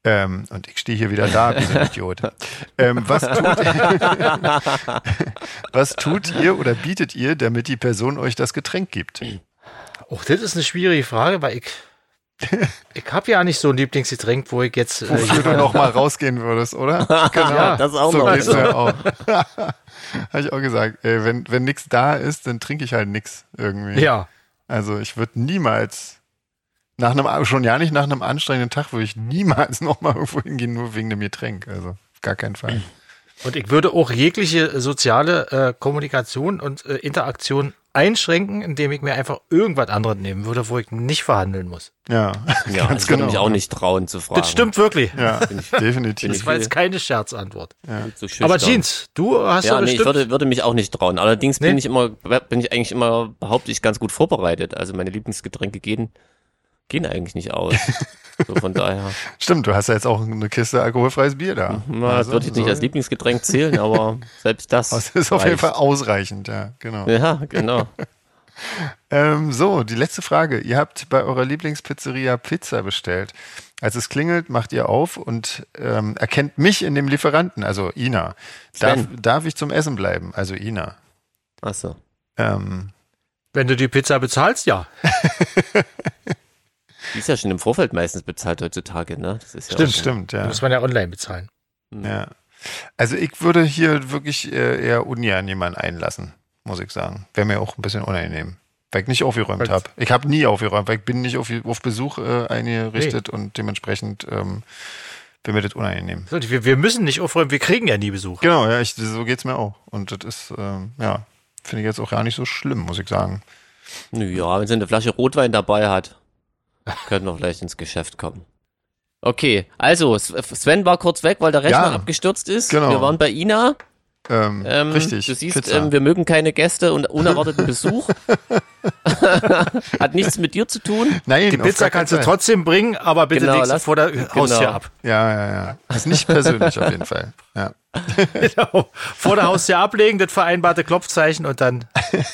S1: Ähm, und ich stehe hier wieder da, wie so ein Idiot. Ähm, was, tut, <laughs> was tut ihr oder bietet ihr, damit die Person euch das Getränk gibt?
S3: Auch Oh, das ist eine schwierige Frage,
S1: <laughs>
S3: weil ich. ich habe ja nicht so ein Lieblingsgetränk, wo ich jetzt. Äh,
S1: Wofür du noch mal rausgehen würdest, oder? <laughs> Genau.
S3: Ja,
S2: Das ist <laughs> auch
S1: so
S2: noch
S1: geht's
S2: so.
S1: mir auch. <laughs> Habe ich auch gesagt. Ey, wenn wenn nichts da ist, dann trinke ich halt nichts irgendwie.
S3: <laughs> ja.
S1: Also ich würde niemals nach einem schon ja nicht nach einem anstrengenden Tag würde ich niemals <laughs> noch mal irgendwo hingehen nur wegen dem Getränk. Also auf gar keinen Fall.
S2: Hm.
S3: Und ich würde auch jegliche soziale äh, Kommunikation und äh, Interaktion einschränken, indem ich mir einfach irgendwas anderes nehmen würde, wo ich nicht verhandeln muss.
S2: <laughs>
S1: Ja,
S2: Ja,
S1: ganz
S2: ich würde
S1: genau.
S2: mich auch nicht trauen zu fragen.
S3: Das stimmt wirklich.
S1: Ja,
S2: bin
S1: definitiv.
S3: Das war jetzt keine Scherzantwort.
S2: So schüchtern.
S3: Aber Jeans, du hast ja,
S2: Ja,
S3: doch
S2: nee, ich
S3: bestimmt.
S2: würde, würde mich auch nicht trauen. Allerdings bin
S3: Nee.
S2: ich immer, bin ich eigentlich immer, behaupte ich, ganz gut vorbereitet. Also meine Lieblingsgetränke gehen, gehen eigentlich
S1: <laughs>
S2: nicht aus. So von daher.
S1: Stimmt, du hast ja jetzt auch eine Kiste alkoholfreies Bier da.
S2: Na, das würde ich nicht als Lieblingsgetränk zählen, aber selbst das.
S1: Also, <laughs> Das ist auf jeden
S2: reicht.
S1: Fall ausreichend, ja, genau.
S2: Ja, genau.
S1: Ähm, so, die letzte Frage. Ihr habt bei eurer Lieblingspizzeria Pizza bestellt. Als es klingelt, macht ihr auf und ähm, erkennt mich in dem Lieferanten, also Ina. Darf,
S2: Sven.
S1: darf ich zum Essen bleiben? Also Ina.
S2: Achso.
S1: Ähm,
S3: Wenn du die Pizza bezahlst, ja.
S2: Die ist ja schon im Vorfeld meistens bezahlt heutzutage, ne? Das ist ja
S1: stimmt,
S2: auch- Hm.
S1: stimmt, ja.
S3: Muss man ja online bezahlen.
S1: ja. Also ich würde hier wirklich äh, eher ungern jemanden einlassen, muss ich sagen. Wäre mir auch ein bisschen unangenehm. Weil ich nicht aufgeräumt
S3: Weil's-
S1: habe. Ich habe nie aufgeräumt, weil ich bin nicht auf, auf Besuch äh, eingerichtet und dementsprechend ähm, bin mir das unangenehm.
S3: So, wir, wir müssen nicht aufräumen, wir kriegen ja nie Besuch.
S1: Genau, ja, ich, so geht's mir auch. Und das ist, ähm, ja, finde ich jetzt auch gar nicht so schlimm, muss ich sagen.
S2: Nö, Ja, wenn sie eine Flasche Rotwein dabei hat, könnten wir vielleicht ins Geschäft kommen. Okay, also S- Sven war kurz weg, weil der Rechner
S1: Ja,
S2: abgestürzt ist.
S1: genau.
S2: Wir waren bei Ina.
S1: Ähm,
S2: Ähm,
S1: richtig.
S2: Du siehst,
S1: Pizza.
S2: ähm, wir mögen keine Gäste und
S1: <laughs>
S2: unerwarteten Besuch. Hat nichts mit dir zu tun.
S1: Nein,
S3: Die
S1: auf
S3: Pizza
S1: gar keinen
S3: kannst du
S1: Fall. genau.
S3: trotzdem bringen, aber bitte
S2: Genau,
S3: legst du
S2: lass-
S3: vor der Haustür ab.
S1: Ja, ja, ja. Ist nicht persönlich auf jeden Fall. Ja.
S3: Genau. <laughs> Vor der Haustür ablegen, das vereinbarte Klopfzeichen und dann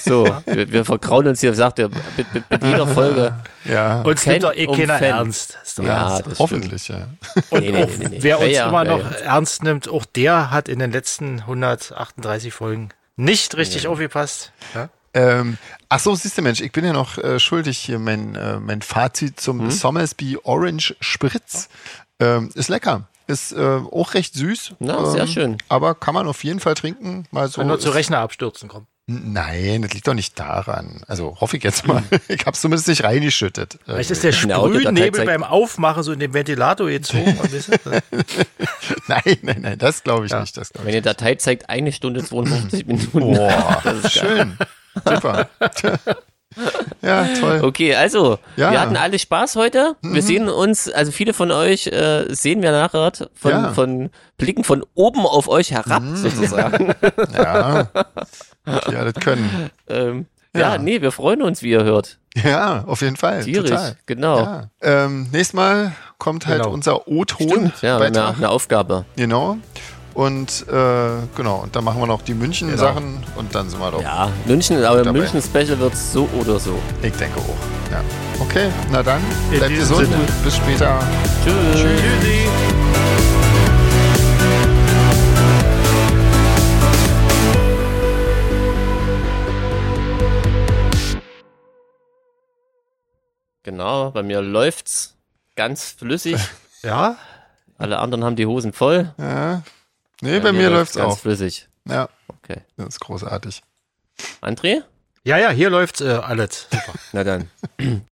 S2: So, wir, wir verkrauen uns hier, sagt er, mit, mit, mit jeder Folge.
S1: Ja.
S3: uns nimmt
S2: Kennt
S3: doch eh
S2: und
S3: keiner
S2: Fan.
S3: ernst. Ist doch
S2: Ja,
S3: ernst.
S2: das
S1: Hoffentlich, ja.
S2: stimmt. Nee, nee, nee, nee.
S3: Wer
S2: Ja,
S3: uns
S2: ja,
S3: immer
S2: ja,
S3: noch
S2: ja.
S3: ernst nimmt, auch der hat in den letzten 138 Folgen nicht richtig aufgepasst.
S1: Ähm, ach so, siehst du, Mensch, ich bin ja noch äh, schuldig hier mein, äh, mein Fazit zum
S2: Hm?
S1: Somersby Orange Spritz. Ähm, ist lecker. Ist äh, auch recht süß.
S2: Na,
S1: ähm,
S2: sehr schön.
S1: Aber kann man auf jeden Fall trinken. Mal so
S3: Wenn nur zu
S1: ist-
S3: Rechner abstürzen kommen.
S1: Nein, das liegt doch nicht daran. Also hoffe ich jetzt mal.
S2: Hm.
S1: <laughs> Ich habe es zumindest nicht reingeschüttet. Äh,
S3: Vielleicht ist der
S2: Genau, die Datei
S3: Sprühnebel
S2: zeigt-
S3: beim Aufmachen so in den Ventilator <laughs> gezogen. weißt du?
S1: <laughs> Nein, nein, nein, das glaube ich nicht. Das glaub ich.
S2: Meine Datei zeigt eine Stunde 52 Minuten.
S1: Oh.
S2: <laughs>
S1: Boah, schön. Super. ja, toll.
S2: Okay, also,
S1: Ja. Mhm.
S2: wir hatten alle Spaß heute. Wir sehen uns, also viele von euch äh, sehen wir nachher von,
S1: Ja. Mhm.
S2: von blicken von oben auf euch herab
S1: <laughs>
S2: sozusagen.
S1: Ja. ja, das können.
S2: ähm, ja.
S1: Ja.
S2: nee, wir freuen uns, wie ihr hört.
S1: Ja, auf jeden Fall.
S2: Tierisch,
S1: Total.
S2: genau. Ja,
S1: Ja. Ähm, nächstes Mal kommt halt
S3: Genau.
S1: unser O-Ton.
S2: wir haben ja
S1: Beitrag.
S2: eine Aufgabe.
S1: Genau. Und äh, genau, und dann machen wir noch die München-Sachen und dann sind wir doch.
S2: Genau. Ja, München, aber im
S1: dabei.
S2: München-Special wird's so oder so.
S1: Ich denke auch. Ja. Okay, na dann, bleibt
S3: diesem
S1: gesund.
S3: Sinne.
S1: Bis später.
S2: Tschüss.
S3: Tschüssi.
S2: Genau, bei mir läuft's ganz flüssig.
S3: Ja,
S2: Alle anderen haben die Hosen voll.
S1: Ja. Äh? Nee, bei mir läuft's
S2: ganz
S1: auch.
S2: flüssig.
S1: Ja,
S2: Okay.
S1: das ist großartig.
S2: André?
S3: ja, ja, hier läuft äh, alles. Super.
S2: Na dann.
S3: <laughs>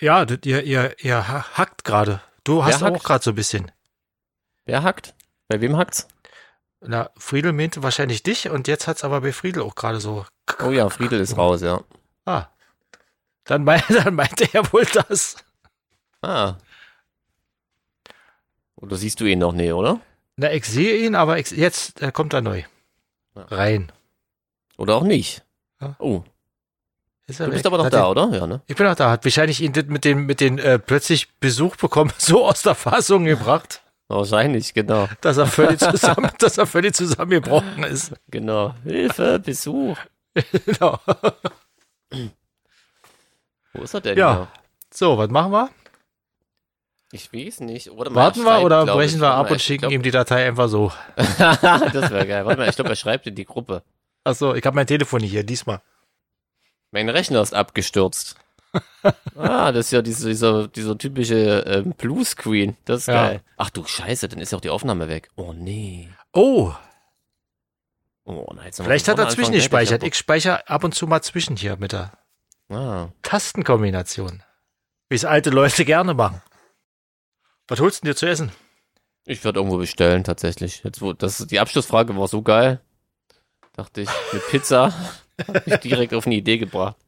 S3: Ja, das, ihr, ihr, ihr ha- hackt gerade. Du hast
S2: hackt?
S3: auch gerade so ein bisschen.
S2: Wer hackt? Bei wem hackt's?
S3: Na, Friedel meinte wahrscheinlich dich und jetzt hat's aber bei Friedel auch gerade so.
S2: Oh ja, Friedel ist raus, ja.
S3: <laughs> Ah. Dann, mei- dann meinte er wohl das.
S2: Ah. Oder siehst du ihn noch nie, oder?
S3: Na, ich sehe ihn, aber ich, jetzt äh, kommt er neu.
S2: Ja.
S3: Rein.
S2: Oder auch nicht.
S3: Ja.
S2: Oh,
S3: Ist er
S2: du bist
S3: weg?
S2: aber noch
S3: Hat
S2: da,
S3: ihn-
S2: oder? Ja, ne?
S3: Ich bin auch da. Hat wahrscheinlich ihn das mit den, mit den äh, plötzlich Besuch bekommen, <laughs> so aus der Fassung gebracht,
S2: Wahrscheinlich, genau.
S3: dass er <laughs> völlig zusammen, dass er völlig zusammengebrochen ist. <laughs>
S2: Genau. Hilfe, Besuch.
S3: Genau.
S2: Wo ist er denn?
S3: Ja.
S2: hier?
S3: So, was machen wir?
S2: Ich weiß nicht. Oder mal
S3: Warten wir
S2: schreiben,
S3: oder
S2: glaub ich.
S3: brechen wir
S2: Warte
S3: ab
S2: mal,
S3: und
S2: ich
S3: schicken
S2: glaub-
S3: ihm die Datei einfach so?
S2: <laughs> das wäre geil. Warte mal, ich glaube, er schreibt in die Gruppe.
S3: Achso, ich habe mein Telefon nicht hier, diesmal.
S2: Mein Rechner ist
S3: <laughs>
S2: abgestürzt. Ah, das ist ja dieser, dieser, dieser typische ähm, Blue Screen. Das ist
S3: Ja.
S2: geil. Ach du Scheiße, dann ist ja auch die Aufnahme weg. Oh nee.
S3: Oh,
S2: Oh, nein, jetzt haben wir
S3: vielleicht
S2: von
S3: hat er
S2: vorne
S3: zwischen
S2: anfangen. ne? Der hat
S3: gespeichert.
S2: ja
S3: Ich speichere ab und zu mal zwischen hier mit der
S2: Bock. Ah.
S3: Tastenkombination. Wie es alte Leute gerne machen. Was holst du denn dir zu essen?
S2: Ich werde irgendwo bestellen, tatsächlich. Jetzt, wo, das, die <laughs> Abschlussfrage war so geil. Dachte ich, mit Pizza. Hat mich direkt auf eine Idee gebracht.